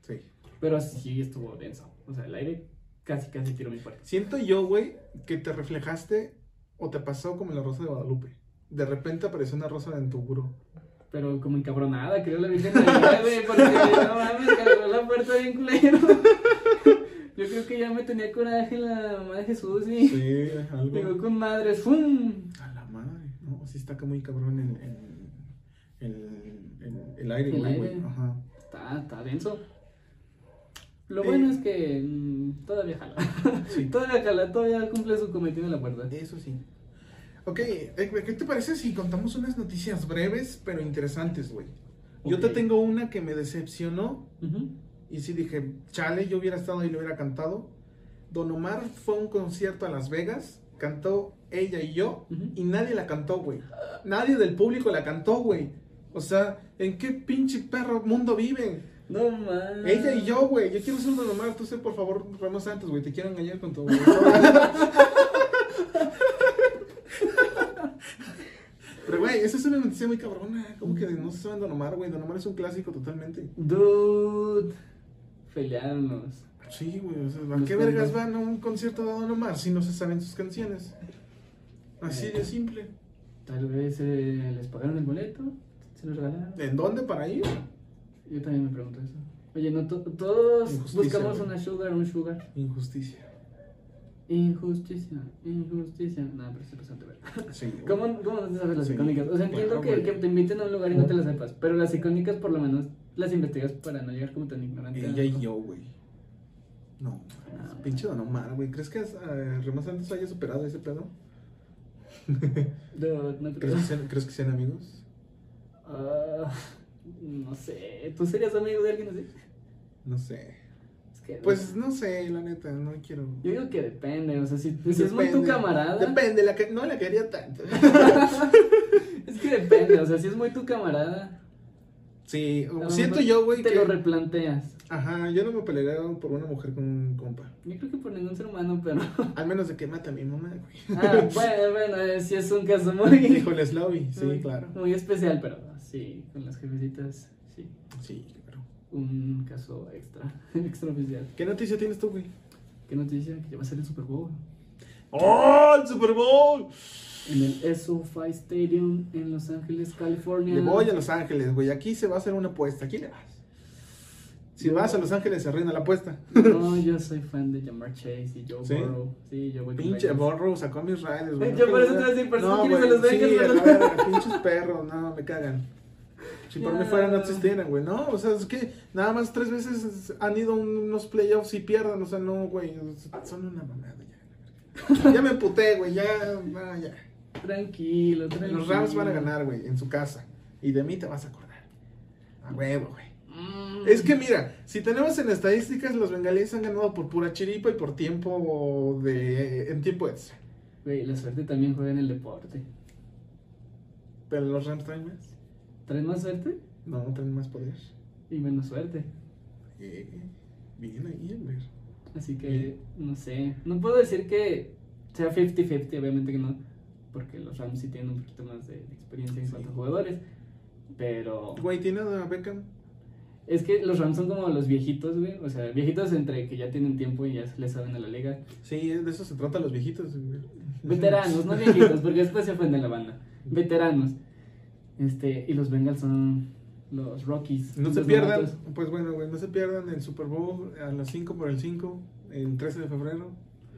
[SPEAKER 2] Sí.
[SPEAKER 1] Pero sí estuvo denso. O sea, el aire casi casi tiró mi puerta.
[SPEAKER 2] Siento yo, güey, que te reflejaste o te pasó como en la Rosa de Guadalupe. De repente apareció una rosa en tu buró.
[SPEAKER 1] Pero como encabronada, creo la Virgen María, güey,
[SPEAKER 2] [LAUGHS]
[SPEAKER 1] porque no mames, cargó la puerta bien culero. [LAUGHS] Yo creo que ya me tenía coraje la mamá de Jesús y
[SPEAKER 2] Sí,
[SPEAKER 1] llegó con madres. ¡Fum!
[SPEAKER 2] A la madre, ¿no? Sí está acá muy cabrón el, el, el, el- el aire,
[SPEAKER 1] El
[SPEAKER 2] güey, güey.
[SPEAKER 1] aire.
[SPEAKER 2] Ajá.
[SPEAKER 1] Está, está denso. Lo
[SPEAKER 2] Eh.
[SPEAKER 1] bueno es que mm, todavía jala.
[SPEAKER 2] Sí.
[SPEAKER 1] Todavía jala, todavía cumple su cometido en la puerta.
[SPEAKER 2] Eso sí. Ok, eh, güey, ¿qué te parece si contamos unas noticias breves pero interesantes, güey? Yo te
[SPEAKER 1] Ok.
[SPEAKER 2] tengo una que me decepcionó
[SPEAKER 1] Ujú.
[SPEAKER 2] y sí dije, chale, yo hubiera estado y lo hubiera cantado. Don Omar fue a un concierto a Las Vegas, cantó ella y yo
[SPEAKER 1] Ujú.
[SPEAKER 2] y nadie la cantó, güey. Nadie del público la cantó, güey. O sea, ¿en qué pinche perro mundo viven?
[SPEAKER 1] No mames.
[SPEAKER 2] Ella y yo, güey. Yo quiero ser Don Omar. Tú sé, por favor, Ramos Santos, güey. Te quiero engañar con tu. Pero, güey, esa es una noticia muy cabrona. ¿Cómo que no se saben Don Omar, güey? Don Omar es un clásico totalmente.
[SPEAKER 1] Dude. Pelearnos.
[SPEAKER 2] Sí, güey. o sea, ¿A qué vergas van a un concierto de Don Omar si no se saben sus canciones? Así de simple.
[SPEAKER 1] Tal vez eh, les pagaron el boleto. Se lo regalaron.
[SPEAKER 2] ¿En dónde para ir?
[SPEAKER 1] Yo también me pregunto eso. Oye, no to- todos
[SPEAKER 2] Injusticia,
[SPEAKER 1] buscamos
[SPEAKER 2] güey.
[SPEAKER 1] una sugar, un sugar.
[SPEAKER 2] Injusticia.
[SPEAKER 1] Injusticia, injusticia. Nada, pero estoy pasando ver.
[SPEAKER 2] Sí. güey.
[SPEAKER 1] ¿Cómo, ¿Cómo no te sabes las
[SPEAKER 2] Sí,
[SPEAKER 1] icónicas? O sea, entiendo
[SPEAKER 2] claro,
[SPEAKER 1] que,
[SPEAKER 2] güey.
[SPEAKER 1] que te inviten a un lugar y no te las sepas, pero las icónicas por lo menos las investigas para no llegar como tan ignorante. a-
[SPEAKER 2] Ella y yo, güey. No,
[SPEAKER 1] Ah, güey.
[SPEAKER 2] pinche Don Omar, güey. ¿Crees que eh, Ramos Santos haya superado ese pedo?
[SPEAKER 1] [LAUGHS] Dude, no te
[SPEAKER 2] ¿Crees que sean, crees que sean amigos?
[SPEAKER 1] Ah, no sé, ¿tú serías amigo de alguien así?
[SPEAKER 2] No sé.
[SPEAKER 1] Es que,
[SPEAKER 2] Pues no sé, la neta, no quiero.
[SPEAKER 1] Yo digo que depende, o sea, si, si es muy tu
[SPEAKER 2] Depende.
[SPEAKER 1] camarada.
[SPEAKER 2] Depende, la que, no la
[SPEAKER 1] [LAUGHS]
[SPEAKER 2] quería tanto.
[SPEAKER 1] Es que depende, o sea, si es muy tu camarada.
[SPEAKER 2] sí,
[SPEAKER 1] a lo
[SPEAKER 2] siento
[SPEAKER 1] mejor
[SPEAKER 2] yo, güey,
[SPEAKER 1] Te
[SPEAKER 2] que.
[SPEAKER 1] lo replanteas.
[SPEAKER 2] Ajá, yo no me pelearía por una mujer con un compa.
[SPEAKER 1] Yo creo que por ningún ser humano, pero. [LAUGHS]
[SPEAKER 2] Al menos de que mata a mi mamá, güey. [LAUGHS]
[SPEAKER 1] Ah, bueno, Ah. bueno, eh, sí es un caso [LAUGHS] muy.
[SPEAKER 2] Híjole, Slavi. Sí,
[SPEAKER 1] muy-
[SPEAKER 2] claro.
[SPEAKER 1] Muy especial, pero sí, con las jefecitas, sí.
[SPEAKER 2] Sí, claro.
[SPEAKER 1] Un caso extra, [LAUGHS] extraoficial.
[SPEAKER 2] ¿Qué noticia tienes tú, güey?
[SPEAKER 1] ¿Qué noticia? Que ya va a ser el Super Bowl.
[SPEAKER 2] ¡Oh, el Super Bowl!
[SPEAKER 1] En el SoFi Stadium en Los Ángeles, California.
[SPEAKER 2] Le voy a Los Ángeles, güey. Aquí se va a hacer una apuesta. ¿A quién le vas? Si
[SPEAKER 1] Yo-
[SPEAKER 2] vas a Los Ángeles, se arruina la apuesta.
[SPEAKER 1] No, yo soy fan de Jamar Chase y Joe
[SPEAKER 2] ¿Sí?
[SPEAKER 1] Burrow. Sí, yo voy con
[SPEAKER 2] Pinche
[SPEAKER 1] Bengals.
[SPEAKER 2] Borro sacó a mis rayos, güey.
[SPEAKER 1] [LAUGHS] Yo
[SPEAKER 2] No,
[SPEAKER 1] por eso
[SPEAKER 2] que
[SPEAKER 1] te iba a decir, por eso
[SPEAKER 2] no,
[SPEAKER 1] tú quieres a
[SPEAKER 2] güey,
[SPEAKER 1] los Bengals,
[SPEAKER 2] sí,
[SPEAKER 1] a los-
[SPEAKER 2] a la verga, pinches perros, no, me cagan. Si por mí
[SPEAKER 1] Ya.
[SPEAKER 2] fuera no existieran, güey, no, o sea, es que nada más tres veces han ido un- unos playoffs y pierdan, o sea, no, güey, son una mamada
[SPEAKER 1] [LAUGHS]
[SPEAKER 2] ya. Ya me emputé, güey, ya, no, ya.
[SPEAKER 1] Tranquilo, tranquilo.
[SPEAKER 2] Los Rams van a ganar, güey, en su casa, y de mí te vas a acordar. A huevo, güey.
[SPEAKER 1] Mm.
[SPEAKER 2] Es que mira, si tenemos en estadísticas, los bengalíes han ganado por pura chiripa y por tiempo de... en tiempo extra.
[SPEAKER 1] Güey, la suerte también juega en el deporte.
[SPEAKER 2] Pero los Rams traen más.
[SPEAKER 1] ¿Traes más suerte?
[SPEAKER 2] No, traen más poder.
[SPEAKER 1] Y menos suerte.
[SPEAKER 2] Eh, bien ahí, Elmer.
[SPEAKER 1] Así que, no sé. No puedo decir que sea 50-50, obviamente que no. Porque los Rams sí tienen un poquito más de experiencia en
[SPEAKER 2] Sí.
[SPEAKER 1] cuanto a jugadores. Pero
[SPEAKER 2] Güey, ¿tiene a Beckham?
[SPEAKER 1] es que los Rams son como los viejitos, güey. O sea, viejitos entre que ya tienen tiempo y ya le saben a la liga.
[SPEAKER 2] Sí, de eso se trata los viejitos. güey.
[SPEAKER 1] Veteranos,
[SPEAKER 2] [LAUGHS]
[SPEAKER 1] no viejitos, porque después se ofende la banda. Veteranos. Este, y los Bengals son los Rockies.
[SPEAKER 2] No se
[SPEAKER 1] los
[SPEAKER 2] pierdan,
[SPEAKER 1] novatos.
[SPEAKER 2] pues bueno, güey, no se pierdan el Super Bowl a las 5 por el 5, el 13 de febrero.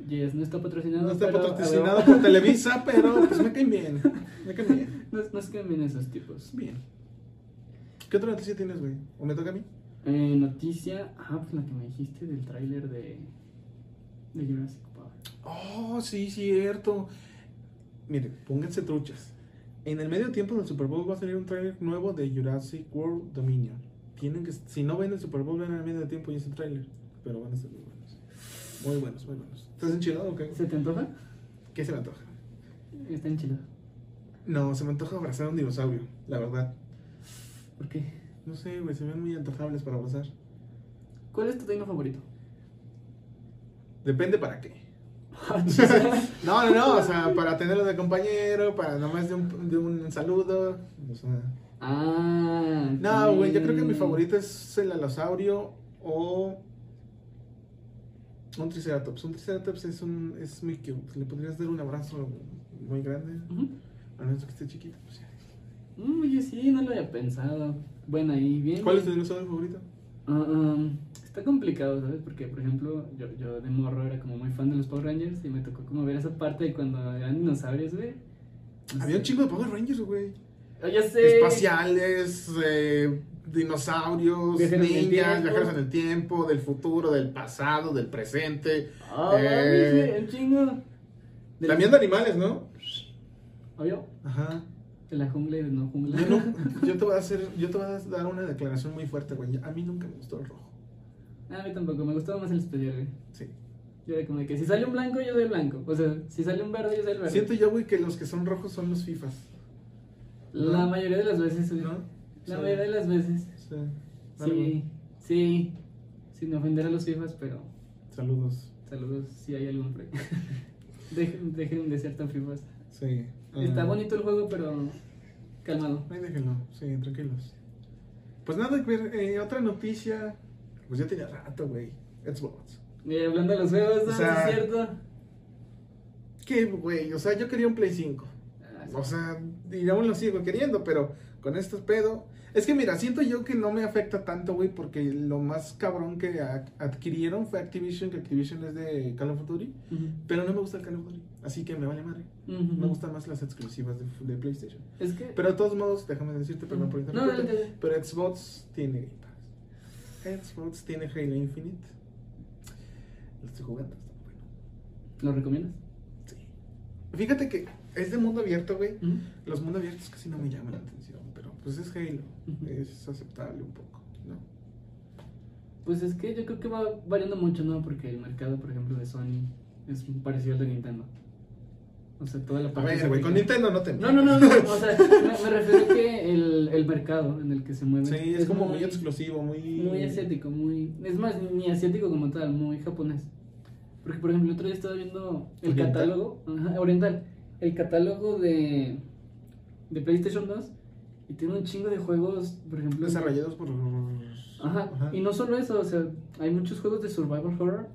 [SPEAKER 1] Yes, no está patrocinado.
[SPEAKER 2] No está
[SPEAKER 1] pero, ah, a
[SPEAKER 2] patrocinado
[SPEAKER 1] ver, [LAUGHS]
[SPEAKER 2] por Televisa, pero pues me caen bien. Me caen bien.
[SPEAKER 1] No, no es que ven esos tipos.
[SPEAKER 2] Bien. ¿Qué otra noticia tienes, güey? ¿O me toca a mí?
[SPEAKER 1] Eh, noticia. Ah, pues la que me dijiste del tráiler de. de Jurassic Park.
[SPEAKER 2] Oh, sí, cierto. Miren, pónganse truchas. En el medio tiempo del Super Bowl va a salir un tráiler nuevo de Jurassic World Dominion. Tienen que, si no ven el Super Bowl, ven al medio tiempo y ese tráiler. Pero van a ser muy buenos. Muy buenos, muy buenos. ¿Estás enchilado o qué?
[SPEAKER 1] ¿Se te antoja?
[SPEAKER 2] ¿Qué se me antoja?
[SPEAKER 1] Está enchilado.
[SPEAKER 2] No, se me antoja abrazar a un dinosaurio, la verdad.
[SPEAKER 1] ¿Por qué?
[SPEAKER 2] No sé, güey, se ven muy antojables para abrazar.
[SPEAKER 1] ¿Cuál es tu tema favorito?
[SPEAKER 2] [LAUGHS] Depende para qué. No, no, no, o sea, para tenerlo de compañero, para nomás de un, de un saludo. O sea,
[SPEAKER 1] ah.
[SPEAKER 2] No, güey, yo creo que mi
[SPEAKER 1] mm,
[SPEAKER 2] favorito es el alosaurio o un triceratops. Un triceratops es un es muy cute. Le podrías dar un abrazo muy grande,
[SPEAKER 1] Ujú.
[SPEAKER 2] a menos que esté chiquito. pues ya.
[SPEAKER 1] Mm, oye, sí, no lo había pensado. Bueno, ahí bien.
[SPEAKER 2] ¿Cuál es tu dinosaurio favorito?
[SPEAKER 1] Ah, um, está complicado, ¿sabes? Porque, por ejemplo, yo, yo de morro era como muy fan de los Power Rangers y me tocó como ver esa parte de cuando eran dinosaurios, güey. No
[SPEAKER 2] Había
[SPEAKER 1] sé.
[SPEAKER 2] un chingo de Power Rangers, güey.
[SPEAKER 1] Ah, ya sé.
[SPEAKER 2] Espaciales, eh, dinosaurios,
[SPEAKER 1] Viajeros en el
[SPEAKER 2] ninjas,
[SPEAKER 1] tiempo.
[SPEAKER 2] viajeros en el tiempo, del futuro, del pasado, del presente.
[SPEAKER 1] Ah,
[SPEAKER 2] Eh.
[SPEAKER 1] dije, el chingo. De la-
[SPEAKER 2] También de animales, ¿no?
[SPEAKER 1] Obvio,
[SPEAKER 2] Ajá.
[SPEAKER 1] de la jungla y de no jungla.
[SPEAKER 2] Yo, no- yo te voy a hacer, yo te voy a dar una declaración muy fuerte, güey. A mí nunca me gustó el rojo.
[SPEAKER 1] [LAUGHS] Ah, a mí tampoco, me gustaba más el especial, güey.
[SPEAKER 2] Sí.
[SPEAKER 1] Yo era como de que si sale un blanco, yo soy blanco. O sea, si sale un verde, yo soy el verde.
[SPEAKER 2] Siento yo, güey, que los que son rojos son los FIFAs,
[SPEAKER 1] La mayoría de las veces, güey.
[SPEAKER 2] ¿no?
[SPEAKER 1] La
[SPEAKER 2] Sí,
[SPEAKER 1] mayoría de las veces.
[SPEAKER 2] sí, algo.
[SPEAKER 1] Sí, sí, Sí, sin ofender a los fifas, pero
[SPEAKER 2] Saludos.
[SPEAKER 1] saludos si hay algún
[SPEAKER 2] [LAUGHS]
[SPEAKER 1] por ahí. dejen, dejen de ser tan fifas.
[SPEAKER 2] Sí. ah,
[SPEAKER 1] Está bonito el juego, pero calmado.
[SPEAKER 2] Ahí déjenlo, sí, tranquilos. Pues nada, que ver, eh, otra noticia. Pues ya tenía rato, güey. Xbox.
[SPEAKER 1] Eh, hablando de los juegos, ¿no?
[SPEAKER 2] O sea,
[SPEAKER 1] ¿Es cierto?
[SPEAKER 2] ¿Qué, güey? O sea, yo quería un Play 5.
[SPEAKER 1] Ah,
[SPEAKER 2] O sea, y aún lo sigo queriendo, pero con estos pedo. Es que mira, siento yo que no me afecta tanto, güey, porque lo más cabrón que a- adquirieron fue Activision, que Activision es de Call of Duty,
[SPEAKER 1] Ujú.
[SPEAKER 2] pero no me gusta el Call of Duty, así que me vale madre.
[SPEAKER 1] Ujú.
[SPEAKER 2] Me gustan más las exclusivas de, de PlayStation.
[SPEAKER 1] Es que.
[SPEAKER 2] Pero de todos modos, déjame decirte, perdón por
[SPEAKER 1] No,
[SPEAKER 2] interrumpirte,
[SPEAKER 1] dale, dale.
[SPEAKER 2] pero Xbox tiene Game Pass. Xbox tiene Halo Infinite. Lo estoy jugando, está muy bueno.
[SPEAKER 1] ¿Lo recomiendas?
[SPEAKER 2] Sí. Fíjate que es de mundo abierto, güey.
[SPEAKER 1] Ujú.
[SPEAKER 2] Los mundos abiertos casi no me llaman la atención, pero pues es Halo,
[SPEAKER 1] Ujú.
[SPEAKER 2] es aceptable un poco, ¿no?
[SPEAKER 1] Pues es que yo creo que va variando mucho, ¿no? Porque el mercado, por ejemplo, de Sony es parecido al de Nintendo. O sea, toda la
[SPEAKER 2] A
[SPEAKER 1] parte.
[SPEAKER 2] ver, güey, con
[SPEAKER 1] gráfica-
[SPEAKER 2] Nintendo no te...
[SPEAKER 1] No, no, no, no. O sea, me, me refiero que el, el mercado en el que se mueve.
[SPEAKER 2] Sí, es como muy exclusivo, muy...
[SPEAKER 1] Muy asiático, muy. Es más, ni asiático como tal, muy japonés. Porque, por ejemplo, el otro día estaba viendo el
[SPEAKER 2] Oriental.
[SPEAKER 1] catálogo. Ajá, oriental. El catálogo de. de PlayStation 2. Y tiene un chingo de juegos, por ejemplo.
[SPEAKER 2] Desarrollados por...
[SPEAKER 1] Ajá. Y no solo eso, o sea, hay muchos juegos de survival horror,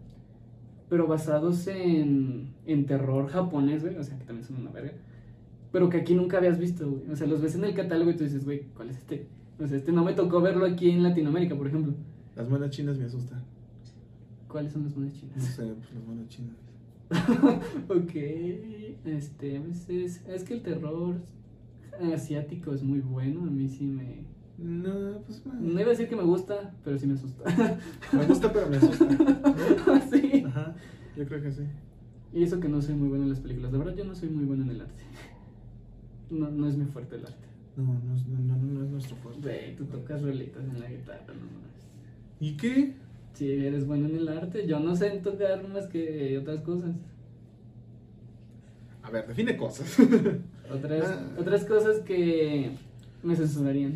[SPEAKER 1] pero basados en, en terror japonés, güey, o sea, que también son una verga, pero que aquí nunca habías visto, güey. O sea, los ves en el catálogo y tú dices, güey, ¿cuál es este? O sea, este no me tocó verlo aquí en Latinoamérica, por ejemplo.
[SPEAKER 2] Las manos chinas me asustan,
[SPEAKER 1] ¿Cuáles son las monedas
[SPEAKER 2] no
[SPEAKER 1] chinas?
[SPEAKER 2] sé, pues las manos chinas.
[SPEAKER 1] [LAUGHS] ok, este, a veces, es que el terror asiático es muy bueno, a mí sí me...
[SPEAKER 2] No, pues bueno,
[SPEAKER 1] No iba a decir que me gusta, pero sí me asusta. [LAUGHS]
[SPEAKER 2] me gusta pero me asusta. ¿no?
[SPEAKER 1] sí.
[SPEAKER 2] Ajá, yo creo que sí.
[SPEAKER 1] Y eso que no soy muy bueno en las películas. La verdad, yo no soy muy bueno en el arte. No, no es mi fuerte el arte.
[SPEAKER 2] No, no, es- no, no, no es nuestro fuerte.
[SPEAKER 1] Güey, tú tocas rolitas en la guitarra, no más.
[SPEAKER 2] ¿Y qué?
[SPEAKER 1] Si eres bueno en el arte, yo no sé en tocar más que otras cosas.
[SPEAKER 2] A ver,
[SPEAKER 1] [LAUGHS]
[SPEAKER 2] define cosas.
[SPEAKER 1] Otras,
[SPEAKER 2] Ah.
[SPEAKER 1] otras cosas que me censurarían.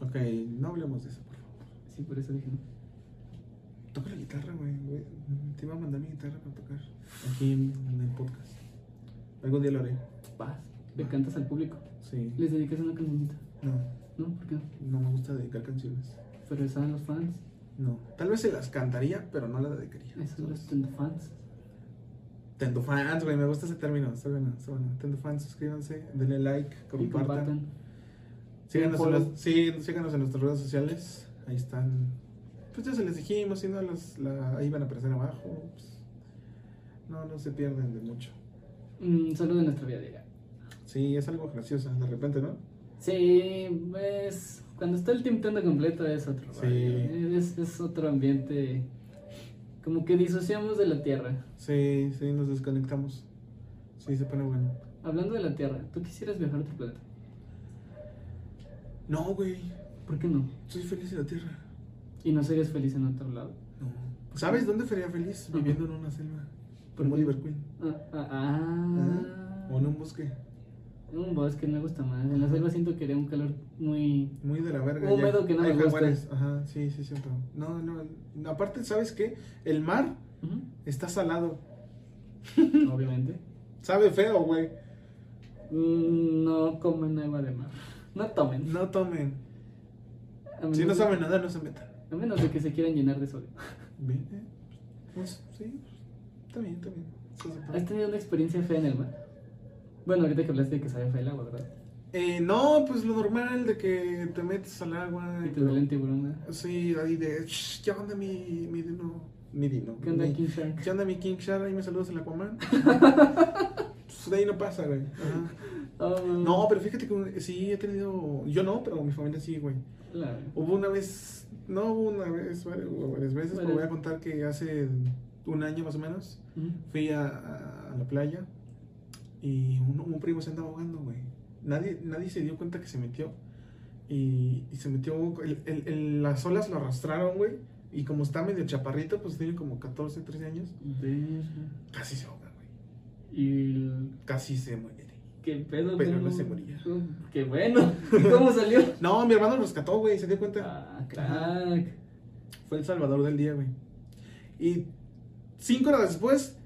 [SPEAKER 2] ok, no hablemos de eso, por favor.
[SPEAKER 1] Sí, por eso dije no.
[SPEAKER 2] Toca la guitarra, güey. güey. Te iba a mandar mi guitarra para tocar. Aquí en, en el podcast. Algún día lo haré.
[SPEAKER 1] Vas, le cantas al público.
[SPEAKER 2] Sí.
[SPEAKER 1] Les dedicas una cancionita.
[SPEAKER 2] No,
[SPEAKER 1] No, ¿por qué no?
[SPEAKER 2] no me gusta dedicar canciones.
[SPEAKER 1] Pero saben los fans.
[SPEAKER 2] No. Tal vez se las cantaría, pero no las dedicaría.
[SPEAKER 1] Eso los tendo fans.
[SPEAKER 2] Tendo fans, güey. Me gusta ese término. Está bueno, está bueno. Tendo fans, suscríbanse, denle like,
[SPEAKER 1] Y
[SPEAKER 2] compartan.
[SPEAKER 1] compartan.
[SPEAKER 2] Síganos, en
[SPEAKER 1] Follow.
[SPEAKER 2] las- sí, síganos en nuestras redes sociales. Ahí están. Pues ya se les dijimos, si no, las- la- ahí van a aparecer abajo. pues, no, no se pierden de mucho.
[SPEAKER 1] Mm, solo de nuestra vida diaria.
[SPEAKER 2] Sí, es algo gracioso, de repente, ¿no?
[SPEAKER 1] Sí, pues cuando está el Team Tendo completo es otro
[SPEAKER 2] Sí.
[SPEAKER 1] rollo, eh, es, es otro ambiente, como que disociamos de la Tierra.
[SPEAKER 2] Sí, sí, nos desconectamos. Sí, se pone bueno.
[SPEAKER 1] Hablando de la Tierra, ¿tú quisieras viajar a otro planeta?
[SPEAKER 2] No, güey.
[SPEAKER 1] ¿Por qué no?
[SPEAKER 2] Soy feliz en la tierra.
[SPEAKER 1] ¿Y no serías feliz en otro lado?
[SPEAKER 2] No. ¿Sabes dónde sería feliz?
[SPEAKER 1] Ajá.
[SPEAKER 2] Viviendo en una selva.
[SPEAKER 1] ¿Por
[SPEAKER 2] Como
[SPEAKER 1] qué?
[SPEAKER 2] Oliver Queen.
[SPEAKER 1] Ah, ah, ah.
[SPEAKER 2] O en un bosque.
[SPEAKER 1] En un bosque me gusta más, en la selva siento que haría un calor muy...
[SPEAKER 2] Muy de la verga.
[SPEAKER 1] Húmedo
[SPEAKER 2] ya.
[SPEAKER 1] que no
[SPEAKER 2] Hay
[SPEAKER 1] me gusta.
[SPEAKER 2] jaguares. Ajá, sí, sí, cierto. No, no. no. Aparte, ¿sabes qué? El mar
[SPEAKER 1] Ujú,
[SPEAKER 2] está salado.
[SPEAKER 1] Obviamente.
[SPEAKER 2] Sabe feo, güey.
[SPEAKER 1] Mm, No comen agua de mar, no tomen.
[SPEAKER 2] No tomen.
[SPEAKER 1] A
[SPEAKER 2] Si no
[SPEAKER 1] menos-
[SPEAKER 2] saben nadar, no se metan.
[SPEAKER 1] A menos de que se quieran llenar de sodio.
[SPEAKER 2] Bien, eh. Pues, sí. Está bien, está bien. Eso se puede.
[SPEAKER 1] ¿Has tenido una experiencia fea en el mar? Bueno, ahorita que hablaste de que sabe fea el agua, ¿verdad?
[SPEAKER 2] Eh, no, pues lo normal de que te metes al agua.
[SPEAKER 1] Y te duele el tiburón, ¿verdad?
[SPEAKER 2] Sí, ahí de, "Shh, ¿qué onda mi, mi dino? Mi dino.
[SPEAKER 1] ¿Qué onda,
[SPEAKER 2] mi,
[SPEAKER 1] King Shark?
[SPEAKER 2] ¿Qué onda mi King Shark? Ahí me saludas
[SPEAKER 1] [LAUGHS]
[SPEAKER 2] el Aquaman. Pues, de ahí no pasa, güey. Ajá.
[SPEAKER 1] Oh,
[SPEAKER 2] No, pero fíjate que sí he tenido, yo no, pero mi familia sí, güey.
[SPEAKER 1] La-
[SPEAKER 2] Hubo una vez, no hubo una vez, varias, varias veces, pero voy a contar que hace un año más o menos
[SPEAKER 1] ¿Mm?
[SPEAKER 2] fui a, a- a la playa y un, un primo se andaba ahogando, güey. Nadie, nadie se dio cuenta que se metió. Y, y se metió, el- el- el- las olas lo arrastraron, güey. Y como está medio chaparrito, pues tiene como 14, 13 años.
[SPEAKER 1] Verga.
[SPEAKER 2] Casi se ahoga, güey.
[SPEAKER 1] Y... el-
[SPEAKER 2] Casi se muere.
[SPEAKER 1] ¿Qué pedo?
[SPEAKER 2] Pero
[SPEAKER 1] ¿Cómo-
[SPEAKER 2] no se moría.
[SPEAKER 1] cómo- ¡Qué bueno! [LAUGHS] ¿Y cómo salió?
[SPEAKER 2] No, mi hermano lo rescató, güey, se dio cuenta.
[SPEAKER 1] Ah, crack.
[SPEAKER 2] Fue el salvador del día, güey. Y cinco horas después,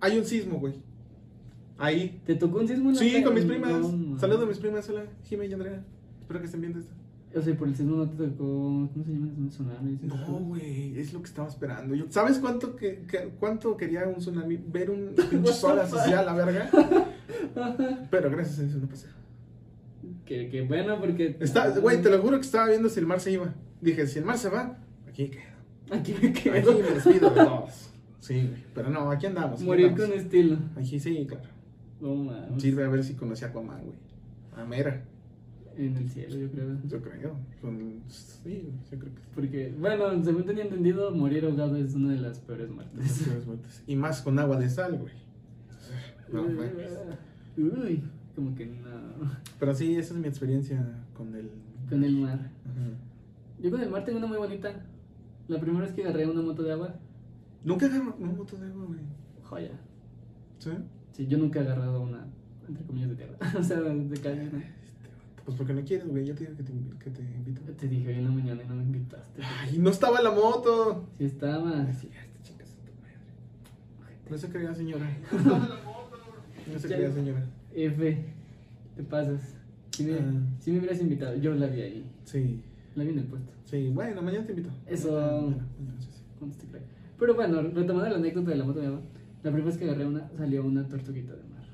[SPEAKER 2] hay un sismo, güey. Ahí,
[SPEAKER 1] ¿Te tocó un sismo? en la
[SPEAKER 2] Sí,
[SPEAKER 1] fe-
[SPEAKER 2] con mis
[SPEAKER 1] no,
[SPEAKER 2] primas.
[SPEAKER 1] man.
[SPEAKER 2] Saludos a mis primas, hola, Jimé y Andrea. Espero que estén bien de esta.
[SPEAKER 1] O sea, por el sismo no te tocó. ¿Cómo se llama? ¿Un tsunami?
[SPEAKER 2] No, "Oh, güey, es lo que estaba esperando. Yo, ¿Sabes cuánto, que, que- cuánto quería un tsunami? Ver un pinche sol así a la verga.
[SPEAKER 1] [LAUGHS]
[SPEAKER 2] Pero gracias a eso no pasé.
[SPEAKER 1] Que, que bueno, porque.
[SPEAKER 2] Está- Güey, te lo juro que estaba viendo si el mar se iba. Dije, si el mar se va, aquí quedo.
[SPEAKER 1] Aquí me quedo.
[SPEAKER 2] Aquí me despido de todos. Sí, güey, pero no, aquí andamos. aquí
[SPEAKER 1] Morir
[SPEAKER 2] andamos.
[SPEAKER 1] con estilo.
[SPEAKER 2] Aquí sí, claro.
[SPEAKER 1] No mames.
[SPEAKER 2] Sirve a ver si conocí a Aquaman, güey. A Mera,
[SPEAKER 1] En el cielo, yo creo.
[SPEAKER 2] yo creo. Con- Sí, yo
[SPEAKER 1] [LAUGHS]
[SPEAKER 2] creo que sí.
[SPEAKER 1] Porque, bueno, según tenía entendido, morir ahogado es una de las peores muertes.
[SPEAKER 2] Demasiadas vueltas. Y más con agua de sal, güey. No, mames.
[SPEAKER 1] Uy, como que no.
[SPEAKER 2] Pero sí, esa es mi experiencia con el.
[SPEAKER 1] Con el mar.
[SPEAKER 2] Ajá.
[SPEAKER 1] Yo con el mar tengo una muy bonita. La primera vez que agarré una moto de agua,
[SPEAKER 2] Nunca agarro una moto de agua, güey.
[SPEAKER 1] joya.
[SPEAKER 2] ¿Sí?
[SPEAKER 1] Sí, yo nunca he agarrado una, entre comillas, de tierra. [LAUGHS] o sea, de calle, ¿no?
[SPEAKER 2] Pues porque no quieres, güey. Ya te digo que te, invi- que te invito.
[SPEAKER 1] Te dije hoy en la mañana y no me invitaste.
[SPEAKER 2] Ay, no estaba la moto.
[SPEAKER 1] Si estaba.
[SPEAKER 2] No se
[SPEAKER 1] [LAUGHS]
[SPEAKER 2] creía, señora. No se
[SPEAKER 1] Ya.
[SPEAKER 2] creía, señora.
[SPEAKER 1] F, te pasas. Si me,
[SPEAKER 2] Ah.
[SPEAKER 1] si me hubieras invitado, yo la vi ahí.
[SPEAKER 2] Sí,
[SPEAKER 1] La vi en el puesto.
[SPEAKER 2] sí. Bueno, mañana te invito.
[SPEAKER 1] Eso.
[SPEAKER 2] Mañana, mañana, sí, sí.
[SPEAKER 1] con este crack. Pero bueno, retomando la anécdota de la moto de agua, la primera vez que agarré una, salió una tortuguita de mar.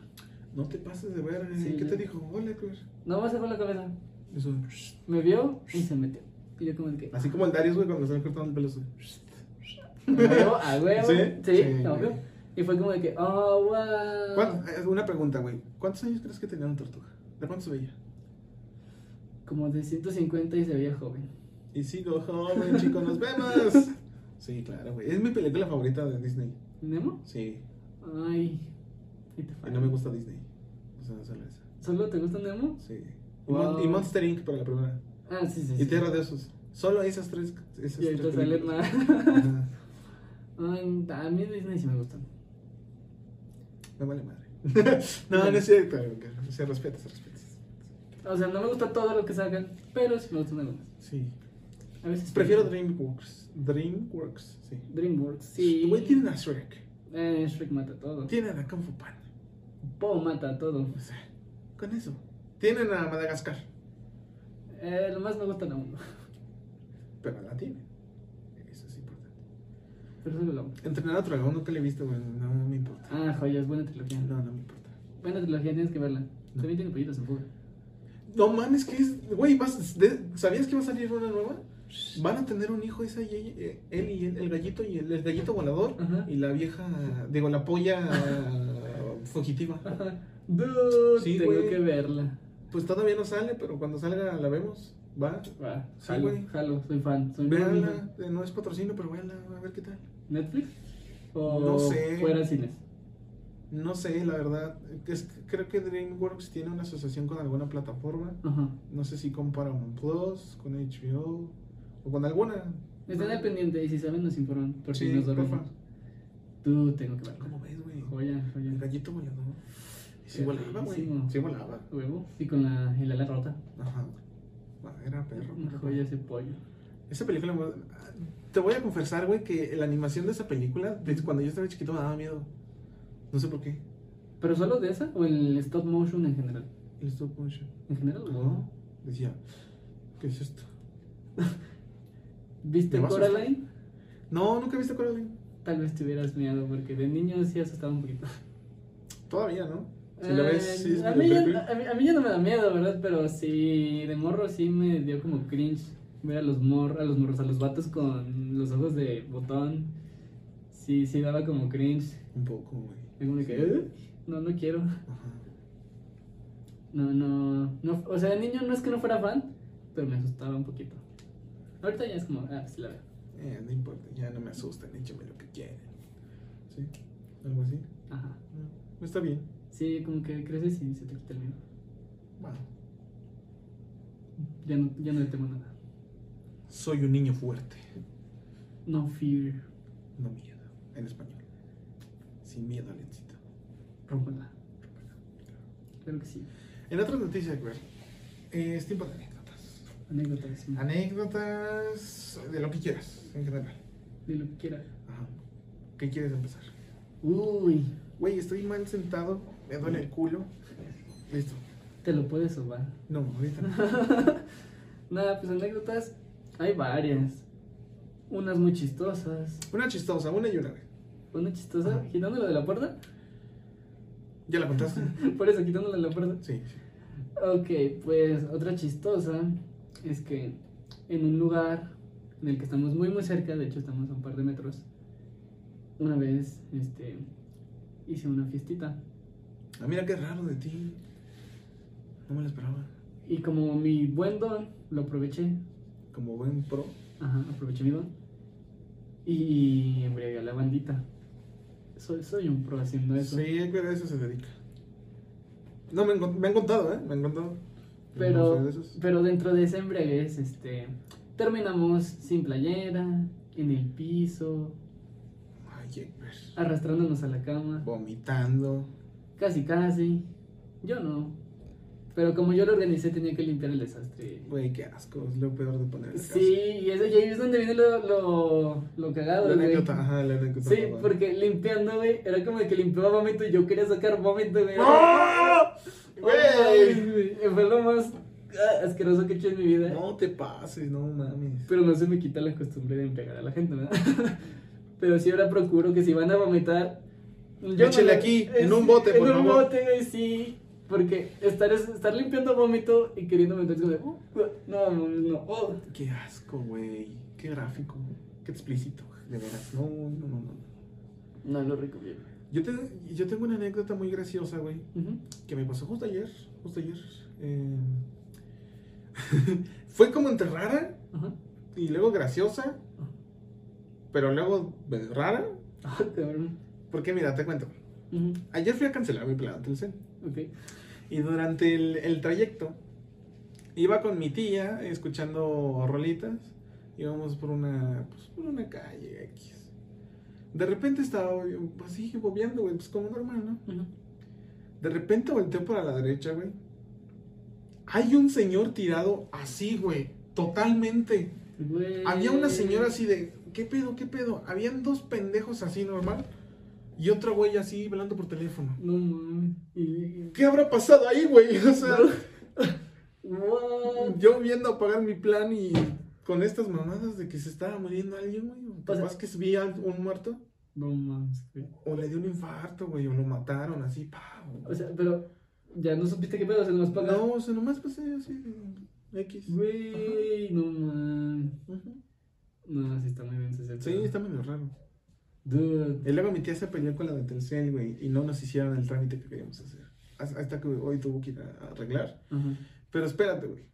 [SPEAKER 2] No te pases de ver. eh.
[SPEAKER 1] Sí,
[SPEAKER 2] ¿Qué
[SPEAKER 1] ya.
[SPEAKER 2] te dijo? Hola, Cruz.
[SPEAKER 1] No me sacó la cabeza.
[SPEAKER 2] Eso.
[SPEAKER 1] Me vio y se metió. Y yo como de que...
[SPEAKER 2] Así como el Darius, güey, cuando se le cortaron el pelo. así.
[SPEAKER 1] A huevo, a huevo.
[SPEAKER 2] Sí,
[SPEAKER 1] Sí,
[SPEAKER 2] sí.
[SPEAKER 1] a huevo. Y fue como de que... Oh, wow.
[SPEAKER 2] ¿Cuán- eh, Una pregunta, güey. ¿Cuántos años crees que tenía una tortuga? ¿De cuánto se veía?
[SPEAKER 1] Como de 150 y se veía joven.
[SPEAKER 2] Y sigo joven, chicos, nos vemos. [LAUGHS] Sí, claro, güey. Es mi película favorita de Disney.
[SPEAKER 1] ¿Nemo?
[SPEAKER 2] Sí.
[SPEAKER 1] Ay. Y te
[SPEAKER 2] Y
[SPEAKER 1] falla.
[SPEAKER 2] no me gusta Disney. O sea, solo esa.
[SPEAKER 1] ¿Solo te gusta Nemo?
[SPEAKER 2] Sí. Y, Mon-
[SPEAKER 1] Wow.
[SPEAKER 2] y Monster Inc. para la primera.
[SPEAKER 1] Ah, sí, sí.
[SPEAKER 2] Y
[SPEAKER 1] sí.
[SPEAKER 2] Tierra de Osos. Solo esas tres. Esas
[SPEAKER 1] Y ahorita
[SPEAKER 2] tres
[SPEAKER 1] sale
[SPEAKER 2] películas.
[SPEAKER 1] nada.
[SPEAKER 2] Ajá.
[SPEAKER 1] Ay, a mí Disney sí me gustan.
[SPEAKER 2] Me vale madre. [LAUGHS] no, no es cierto. güey. Se respeta, se respeta.
[SPEAKER 1] O sea, no me gusta todo lo que sacan, pero sí me gustan algunas.
[SPEAKER 2] Sí.
[SPEAKER 1] A veces...
[SPEAKER 2] Prefiero DreamWorks. DreamWorks, sí.
[SPEAKER 1] DreamWorks, sí.
[SPEAKER 2] Güey, tienen a Shrek.
[SPEAKER 1] Eh, Shrek mata todo.
[SPEAKER 2] Tienen a Kung Fu Panda.
[SPEAKER 1] Po mata todo.
[SPEAKER 2] O sea, con eso. Tienen a Madagascar.
[SPEAKER 1] Eh, lo más me gusta la 1.
[SPEAKER 2] Pero la tienen. Eso es importante.
[SPEAKER 1] [LAUGHS] Pero solo la 1.
[SPEAKER 2] Entrenar a otro dragón nunca le he visto, güey. No, no me importa.
[SPEAKER 1] Ah, joyas, buena trilogía.
[SPEAKER 2] No, no me importa.
[SPEAKER 1] Buena trilogía, tienes que verla. También tiene pollitos en fuga.
[SPEAKER 2] No mames, que es. Güey, vas- de- ¿sabías que va a salir una nueva? Van a tener un hijo esa y ella- eh, él y el, el gallito y el, el gallito volador
[SPEAKER 1] Ajá.
[SPEAKER 2] y la vieja, digo, la polla fugitiva.
[SPEAKER 1] [LAUGHS] Dude,
[SPEAKER 2] Sí,
[SPEAKER 1] tengo
[SPEAKER 2] güey.
[SPEAKER 1] que verla.
[SPEAKER 2] Pues todavía no sale, pero cuando salga la vemos. Va.
[SPEAKER 1] Va,
[SPEAKER 2] Sí,
[SPEAKER 1] jalo,
[SPEAKER 2] güey.
[SPEAKER 1] jalo, soy fan. Soy muy fan.
[SPEAKER 2] Véanla, eh, no es patrocinio, pero véanla, a ver qué tal.
[SPEAKER 1] ¿Netflix? O
[SPEAKER 2] No sé.
[SPEAKER 1] fuera cines.
[SPEAKER 2] No sé, la verdad, es- creo que DreamWorks tiene una asociación con alguna plataforma.
[SPEAKER 1] Ajá.
[SPEAKER 2] No sé si con Paramount Plus, con HBO o con alguna.
[SPEAKER 1] Estén al pendiente y si saben nos informan por si
[SPEAKER 2] Sí,
[SPEAKER 1] nos
[SPEAKER 2] porfa.
[SPEAKER 1] dormimos. Tú tengo que verla.
[SPEAKER 2] ¿Cómo ves, güey?
[SPEAKER 1] Joya,
[SPEAKER 2] El
[SPEAKER 1] joya.
[SPEAKER 2] gallito volador. Sí
[SPEAKER 1] Sí,
[SPEAKER 2] volaba, güey.
[SPEAKER 1] buenísimo.
[SPEAKER 2] Sí volaba.
[SPEAKER 1] Huevo. Y con la, el ala rota.
[SPEAKER 2] Ajá. Ah, Era perro.
[SPEAKER 1] Una joya ese pollo.
[SPEAKER 2] Esa película, güey, ah, te voy a confesar, güey, que la animación de esa película, de cuando yo estaba chiquito, me daba miedo. No sé por qué.
[SPEAKER 1] ¿Pero solo de esa o el stop motion en general?
[SPEAKER 2] El stop motion.
[SPEAKER 1] ¿En general?
[SPEAKER 2] No. Decía, ¿qué es esto?
[SPEAKER 1] ¿Viste
[SPEAKER 2] ¿Te vas a
[SPEAKER 1] Coraline?
[SPEAKER 2] No, nunca viste Coraline.
[SPEAKER 1] Tal vez te hubieras miedo porque de niño sí asustaba un poquito.
[SPEAKER 2] Todavía, ¿no? Si la ves, sí es
[SPEAKER 1] Eh, a,
[SPEAKER 2] medio
[SPEAKER 1] mí
[SPEAKER 2] creepy.
[SPEAKER 1] ya, a, mí, a mí ya no me da miedo, ¿verdad? Pero sí, de morro sí me dio como cringe ver a los, mor, a los morros, a los vatos con los ojos de botón. Sí, sí daba como cringe.
[SPEAKER 2] Un poco, güey.
[SPEAKER 1] Es como de que, "Eh, no, no quiero.
[SPEAKER 2] Ajá.
[SPEAKER 1] No, no, no. O sea, de niño no es que no fuera fan, pero me asustaba un poquito. Ahorita ya es como, ah, sí la veo.
[SPEAKER 2] Eh, no importa, ya no me asustan, échame lo que quieran. ¿Sí? ¿Algo así?
[SPEAKER 1] Ajá.
[SPEAKER 2] No, Está bien.
[SPEAKER 1] Sí, como que creces y se te quita el miedo.
[SPEAKER 2] Bueno.
[SPEAKER 1] Ya no, ya no le temo nada.
[SPEAKER 2] Soy un niño fuerte.
[SPEAKER 1] No fear.
[SPEAKER 2] No miedo. En español. Sin miedo, Lencito.
[SPEAKER 1] Rómpala. Claro que sí.
[SPEAKER 2] En otras noticias, güey. eh, es tiempo de anécdotas.
[SPEAKER 1] Anécdotas, sí.
[SPEAKER 2] Anécdotas de lo que quieras, en general.
[SPEAKER 1] De lo que quieras.
[SPEAKER 2] Ajá. ¿Qué quieres empezar?
[SPEAKER 1] Uy,
[SPEAKER 2] Güey, estoy mal sentado, me duele el culo. Listo.
[SPEAKER 1] te lo puedes sobar. [LAUGHS]
[SPEAKER 2] No, ahorita. no.
[SPEAKER 1] Nada, pues anécdotas hay varias. Unas muy chistosas.
[SPEAKER 2] Una chistosa, una y una. güey.
[SPEAKER 1] Una chistosa,
[SPEAKER 2] Ajá.
[SPEAKER 1] quitándole de la puerta.
[SPEAKER 2] ¿Ya
[SPEAKER 1] [LAUGHS]
[SPEAKER 2] la contaste?
[SPEAKER 1] Por eso, quitándole de la puerta.
[SPEAKER 2] Sí.
[SPEAKER 1] Ok, pues otra chistosa es que en un lugar en el que estamos muy muy cerca, de hecho estamos a un par de metros, una vez este, hice una fiestita.
[SPEAKER 2] Ah, mira qué raro de ti. No me lo esperaba.
[SPEAKER 1] Y como mi buen don, lo aproveché,
[SPEAKER 2] Como buen pro.
[SPEAKER 1] ajá, aproveché mi don, y embriagué a la bandita. Soy, soy un pro haciendo eso.
[SPEAKER 2] Sí, Edgar a eso se dedica. No, me, han con- me han contado, ¿eh? Me han contado.
[SPEAKER 1] Pero,
[SPEAKER 2] No soy de esos.
[SPEAKER 1] pero dentro de ese embriaguez, este, terminamos sin playera, en el piso,
[SPEAKER 2] Ay, Edgar.
[SPEAKER 1] arrastrándonos a la cama.
[SPEAKER 2] Vomitando.
[SPEAKER 1] Casi, casi. Yo no. Pero como yo lo organicé, tenía que limpiar el desastre.
[SPEAKER 2] Güey, qué asco. Es lo peor de poner en la casa.
[SPEAKER 1] Sí, y eso, y ahí es donde viene lo, lo, lo cagado,
[SPEAKER 2] La
[SPEAKER 1] güey.
[SPEAKER 2] anécdota, ajá, la anécdota.
[SPEAKER 1] Sí,
[SPEAKER 2] mamá.
[SPEAKER 1] porque limpiando, güey, era como de que limpiaba vómito y yo quería sacar vómito, güey.
[SPEAKER 2] ¡No!
[SPEAKER 1] [LAUGHS] Ay,
[SPEAKER 2] ¡Güey!
[SPEAKER 1] güey, Fue lo más ah, asqueroso que he hecho en mi vida.
[SPEAKER 2] No te pases, no mames.
[SPEAKER 1] Pero no se me quita la costumbre de pegar a la gente, ¿verdad? [LAUGHS] Pero sí ahora procuro que si van a vomitar. no
[SPEAKER 2] Échele
[SPEAKER 1] le-
[SPEAKER 2] aquí,
[SPEAKER 1] eh,
[SPEAKER 2] en un bote,
[SPEAKER 1] En
[SPEAKER 2] por
[SPEAKER 1] un
[SPEAKER 2] favor.
[SPEAKER 1] bote, güey, sí. Porque estar, es- estar limpiando vómito y queriendo meterse como de. "Uh, uh, no, no, no. oh".
[SPEAKER 2] Qué asco, güey. Qué gráfico. Qué explícito. De veras. No, no, no, no.
[SPEAKER 1] No lo recomiendo.
[SPEAKER 2] Yo, te- yo tengo una anécdota muy graciosa, güey.
[SPEAKER 1] Ujú.
[SPEAKER 2] que me pasó justo ayer, justo ayer. eh, [LAUGHS] fue como entre rara
[SPEAKER 1] Ajá. [LAUGHS]
[SPEAKER 2] y luego graciosa, pero luego eh, rara.
[SPEAKER 1] Ah, cabrón.
[SPEAKER 2] Porque mira, te cuento.
[SPEAKER 1] Ujú,
[SPEAKER 2] Ayer fui a cancelar mi plan Telcel
[SPEAKER 1] Ok.
[SPEAKER 2] y durante el, el trayecto iba con mi tía escuchando rolitas. Íbamos por una, pues, por una calle X. De repente estaba yo, pues, así bobeando, güey, pues como normal, ¿no?
[SPEAKER 1] Ujú.
[SPEAKER 2] De repente volteó para la derecha, güey. Hay un señor tirado así, güey. Totalmente.
[SPEAKER 1] Güey.
[SPEAKER 2] Había una señora así de, ¿qué pedo, qué pedo? Habían dos pendejos así normal. Y otro güey así hablando por teléfono.
[SPEAKER 1] No mames. Y- y-
[SPEAKER 2] ¿Qué habrá pasado ahí, güey? [LAUGHS] O sea,
[SPEAKER 1] What?
[SPEAKER 2] yo viendo apagar mi plan y con estas mamadas de que se estaba muriendo alguien, güey.
[SPEAKER 1] sea-
[SPEAKER 2] Capaz que vi a un muerto.
[SPEAKER 1] No mames, güey.
[SPEAKER 2] O le dio un infarto, güey. O lo mataron así, pa.
[SPEAKER 1] O sea, pero. Ya no supiste qué pedo, se nos paga.
[SPEAKER 2] No, o sea, nomás pasé así. X.
[SPEAKER 1] Güey, no mames.
[SPEAKER 2] Ujú.
[SPEAKER 1] No, sí está muy denso ese
[SPEAKER 2] Sí,
[SPEAKER 1] pedo.
[SPEAKER 2] está medio raro.
[SPEAKER 1] Dude.
[SPEAKER 2] Y luego mi tía se peleó con la de Telcel, güey, y no nos hicieron el trámite que queríamos hacer. Hasta hasta que hoy tuvo que ir a a arreglar.
[SPEAKER 1] Ajá.
[SPEAKER 2] Pero espérate, güey.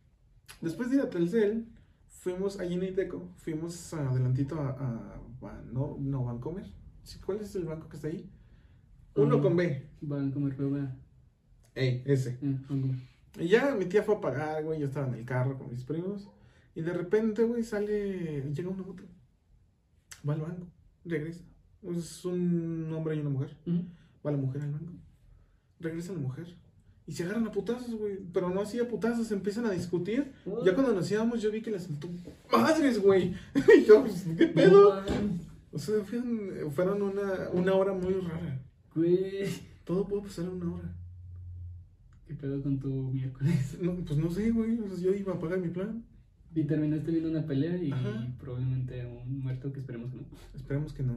[SPEAKER 2] Después de ir a Telcel, fuimos allí en Iteco, fuimos adelantito a, a Ban- no, no, Bancomer. Sí, ¿Cuál es el banco que está ahí? Uno
[SPEAKER 1] Ujú.
[SPEAKER 2] con B.
[SPEAKER 1] Van como roba.
[SPEAKER 2] Mm. Ey, ese.
[SPEAKER 1] Eh, hongo.
[SPEAKER 2] Y ya mi tía fue a pagar, güey, yo estaba en el carro con mis primos. Y de repente, güey, sale, llega una moto. Va al banco, regresa. Es un hombre y una mujer.
[SPEAKER 1] Ujú.
[SPEAKER 2] Va la mujer al banco. Regresa la mujer. Y se agarran a putazos, güey. Pero no hacía putazos, se empiezan a discutir. Ya cuando nos íbamos, yo vi que le soltó madres, güey. [LAUGHS] Y yo, pues, ¿qué pedo?
[SPEAKER 1] No mames,
[SPEAKER 2] O sea, fueron, fueron una, una hora muy rara.
[SPEAKER 1] Güey.
[SPEAKER 2] Todo puede pasar en una hora.
[SPEAKER 1] ¿Qué pedo con tu miércoles? [LAUGHS]
[SPEAKER 2] No, pues no sé, güey. O sea, yo iba a pagar mi plan.
[SPEAKER 1] Y terminaste viendo una pelea y
[SPEAKER 2] Ajá.
[SPEAKER 1] probablemente un muerto que esperemos que no.
[SPEAKER 2] Esperemos que no.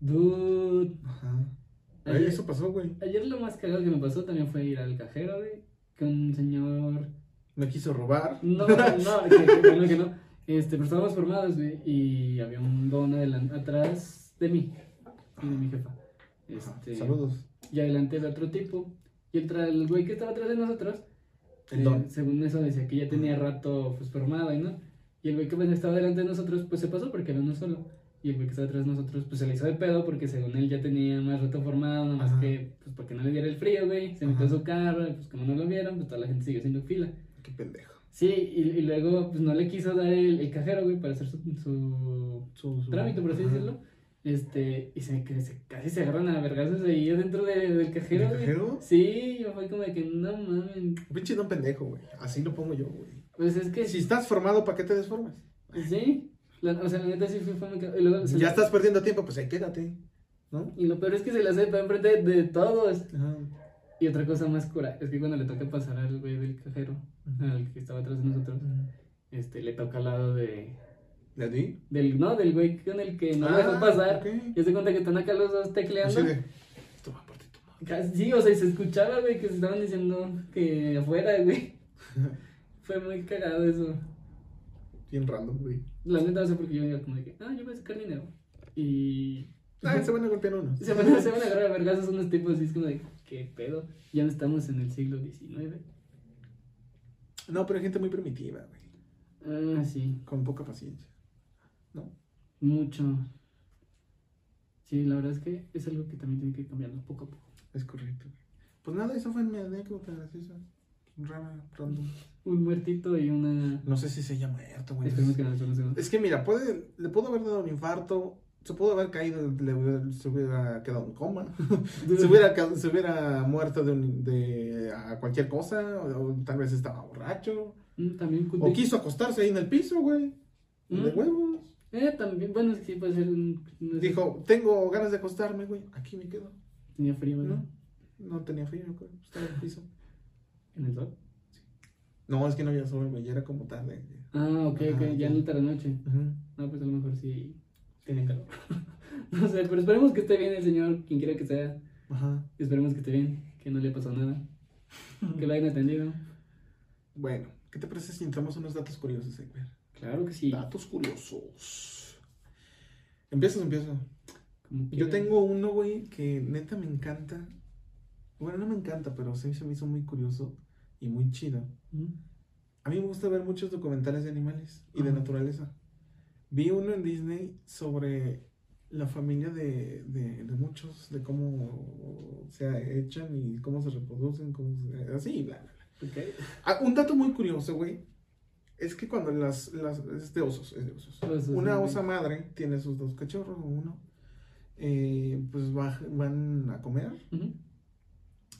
[SPEAKER 1] Dude.
[SPEAKER 2] Ajá. Ahí
[SPEAKER 1] Ayer,
[SPEAKER 2] eso pasó, güey.
[SPEAKER 1] ayer lo más cagado que me pasó también fue ir al cajero, güey. Que un señor
[SPEAKER 2] Me quiso robar. [LAUGHS]
[SPEAKER 1] No, no, que, que bueno que no. Este, pero estábamos formados, güey, y había un don adelan- atrás de mí, y de mi jefa.
[SPEAKER 2] Ajá.
[SPEAKER 1] Este,
[SPEAKER 2] Saludos.
[SPEAKER 1] Y adelante había otro tipo, y el, tra- el güey que estaba atrás de nosotros,
[SPEAKER 2] El
[SPEAKER 1] eh,
[SPEAKER 2] don.
[SPEAKER 1] según eso decía que ya tenía rato pues formado, y ¿no? Y el güey que pues, estaba delante de nosotros, pues se pasó porque era uno solo. Y el güey que estaba atrás de nosotros, pues se le hizo de pedo porque según él ya tenía más rato formado, nada más
[SPEAKER 2] Ajá.
[SPEAKER 1] que, pues porque no le diera el frío, güey. Se metió
[SPEAKER 2] Ajá.
[SPEAKER 1] a su carro, y pues como no lo vieron, pues toda la gente siguió haciendo fila.
[SPEAKER 2] Qué pendejo.
[SPEAKER 1] Sí, y, y luego pues no le quiso dar el, el cajero, güey, para hacer su, su
[SPEAKER 2] Su- su-
[SPEAKER 1] trámite, por así
[SPEAKER 2] Ajá.
[SPEAKER 1] decirlo. Este, y se, que se- casi se agarran a vergazos ahí dentro de- del cajero,
[SPEAKER 2] ¿Del
[SPEAKER 1] güey.
[SPEAKER 2] cajero?
[SPEAKER 1] Sí, yo fue como de que no mames.
[SPEAKER 2] Pinche don pendejo, güey. Así lo pongo yo, güey.
[SPEAKER 1] Pues es que
[SPEAKER 2] Si estás formado, ¿para qué te desformas?
[SPEAKER 1] sí. La- o sea, la neta sí fue, fue muy ca- y luego se
[SPEAKER 2] Ya
[SPEAKER 1] la-
[SPEAKER 2] estás perdiendo tiempo, pues ahí quédate. ¿No?
[SPEAKER 1] Y lo peor es que se la hace enfrente de, de todos.
[SPEAKER 2] Ajá.
[SPEAKER 1] Y otra cosa más cura es que cuando le toca pasar al güey del cajero, al que estaba atrás de nosotros, este, le toca al lado de.
[SPEAKER 2] ¿De a ti?
[SPEAKER 1] Del, no, del güey con el que no lo
[SPEAKER 2] Ah,
[SPEAKER 1] dejó pasar.
[SPEAKER 2] ok.
[SPEAKER 1] Y se cuenta que están acá los dos tecleando.
[SPEAKER 2] Así de, Toma, parte tu madre.
[SPEAKER 1] Casi- Sí, o sea, y se escuchaba, güey, que se estaban diciendo que afuera,
[SPEAKER 2] [LAUGHS]
[SPEAKER 1] güey. Fue muy cagado eso.
[SPEAKER 2] Bien random, güey.
[SPEAKER 1] La neta, no sé por qué yo iba como de que, ah, yo voy a sacar dinero. Y.
[SPEAKER 2] Ah, se van a golpear unos.
[SPEAKER 1] Se van, a- se van a agarrar a vergazos unos tipos y es como de, ¿qué pedo? Ya no estamos en el siglo XIX.
[SPEAKER 2] No, pero hay gente muy primitiva, güey.
[SPEAKER 1] Ah, sí,
[SPEAKER 2] Con poca paciencia. ¿No?
[SPEAKER 1] mucho. Sí, la verdad es que es algo que también tiene que ir cambiando poco a poco.
[SPEAKER 2] Es correcto. güey. Pues nada, eso fue mi anécdota graciosa. Rara, random.
[SPEAKER 1] Un muertito y una...
[SPEAKER 2] No sé si se haya muerto, güey.
[SPEAKER 1] Esperemos que no nos conocemos.
[SPEAKER 2] Es que mira, puede, le pudo haber dado un infarto, se pudo haber caído, le hubiera- se hubiera quedado en coma, se, hubiera, ca- se hubiera muerto de, un- de a cualquier cosa, o, o tal vez estaba borracho,
[SPEAKER 1] Mm, También... cu-
[SPEAKER 2] o quiso acostarse ahí en el piso, güey,
[SPEAKER 1] Mm.
[SPEAKER 2] de huevos.
[SPEAKER 1] Eh, también, bueno, es que sí puede ser un... no sé,
[SPEAKER 2] Dijo, tengo ganas de acostarme, güey, aquí me quedo.
[SPEAKER 1] Tenía frío, ¿no?
[SPEAKER 2] No, no tenía frío, güey, estaba en el piso.
[SPEAKER 1] ¿En el sol?
[SPEAKER 2] No, es que no había sol, güey, ya era como tarde.
[SPEAKER 1] Ah, ok,
[SPEAKER 2] Ajá,
[SPEAKER 1] ok, ya
[SPEAKER 2] ya.
[SPEAKER 1] en la tarde-noche.
[SPEAKER 2] Ujú.
[SPEAKER 1] No, pues a lo mejor sí tiene calor. [LAUGHS] no sé, pero esperemos que esté bien el señor, quien quiera que sea.
[SPEAKER 2] Ajá.
[SPEAKER 1] Esperemos que esté bien, que no le pasó
[SPEAKER 2] [LAUGHS]
[SPEAKER 1] nada, que lo hayan atendido.
[SPEAKER 2] Bueno, ¿qué te parece si entramos a unos datos curiosos, Edgar?
[SPEAKER 1] Claro que sí.
[SPEAKER 2] Datos curiosos. Empiezas, empiezo.
[SPEAKER 1] como
[SPEAKER 2] Yo
[SPEAKER 1] quiera.
[SPEAKER 2] tengo uno, güey, que neta me encanta. Bueno, no me encanta, pero sí se me hizo muy curioso y muy chido.
[SPEAKER 1] ¿Mm?
[SPEAKER 2] A mí me gusta ver muchos documentales de animales y de
[SPEAKER 1] Ajá.
[SPEAKER 2] naturaleza. Vi uno en Disney sobre la familia de, de- de muchos, de cómo se echan y cómo se reproducen, cómo se- así, bla, bla.
[SPEAKER 1] Ok.
[SPEAKER 2] Ah, un dato muy curioso, güey, es que cuando las, las es de osos, es de osos.
[SPEAKER 1] Osos,
[SPEAKER 2] Una
[SPEAKER 1] ok.
[SPEAKER 2] osa madre tiene sus dos cachorros o uno, eh, pues baj- van a comer,
[SPEAKER 1] Ujú.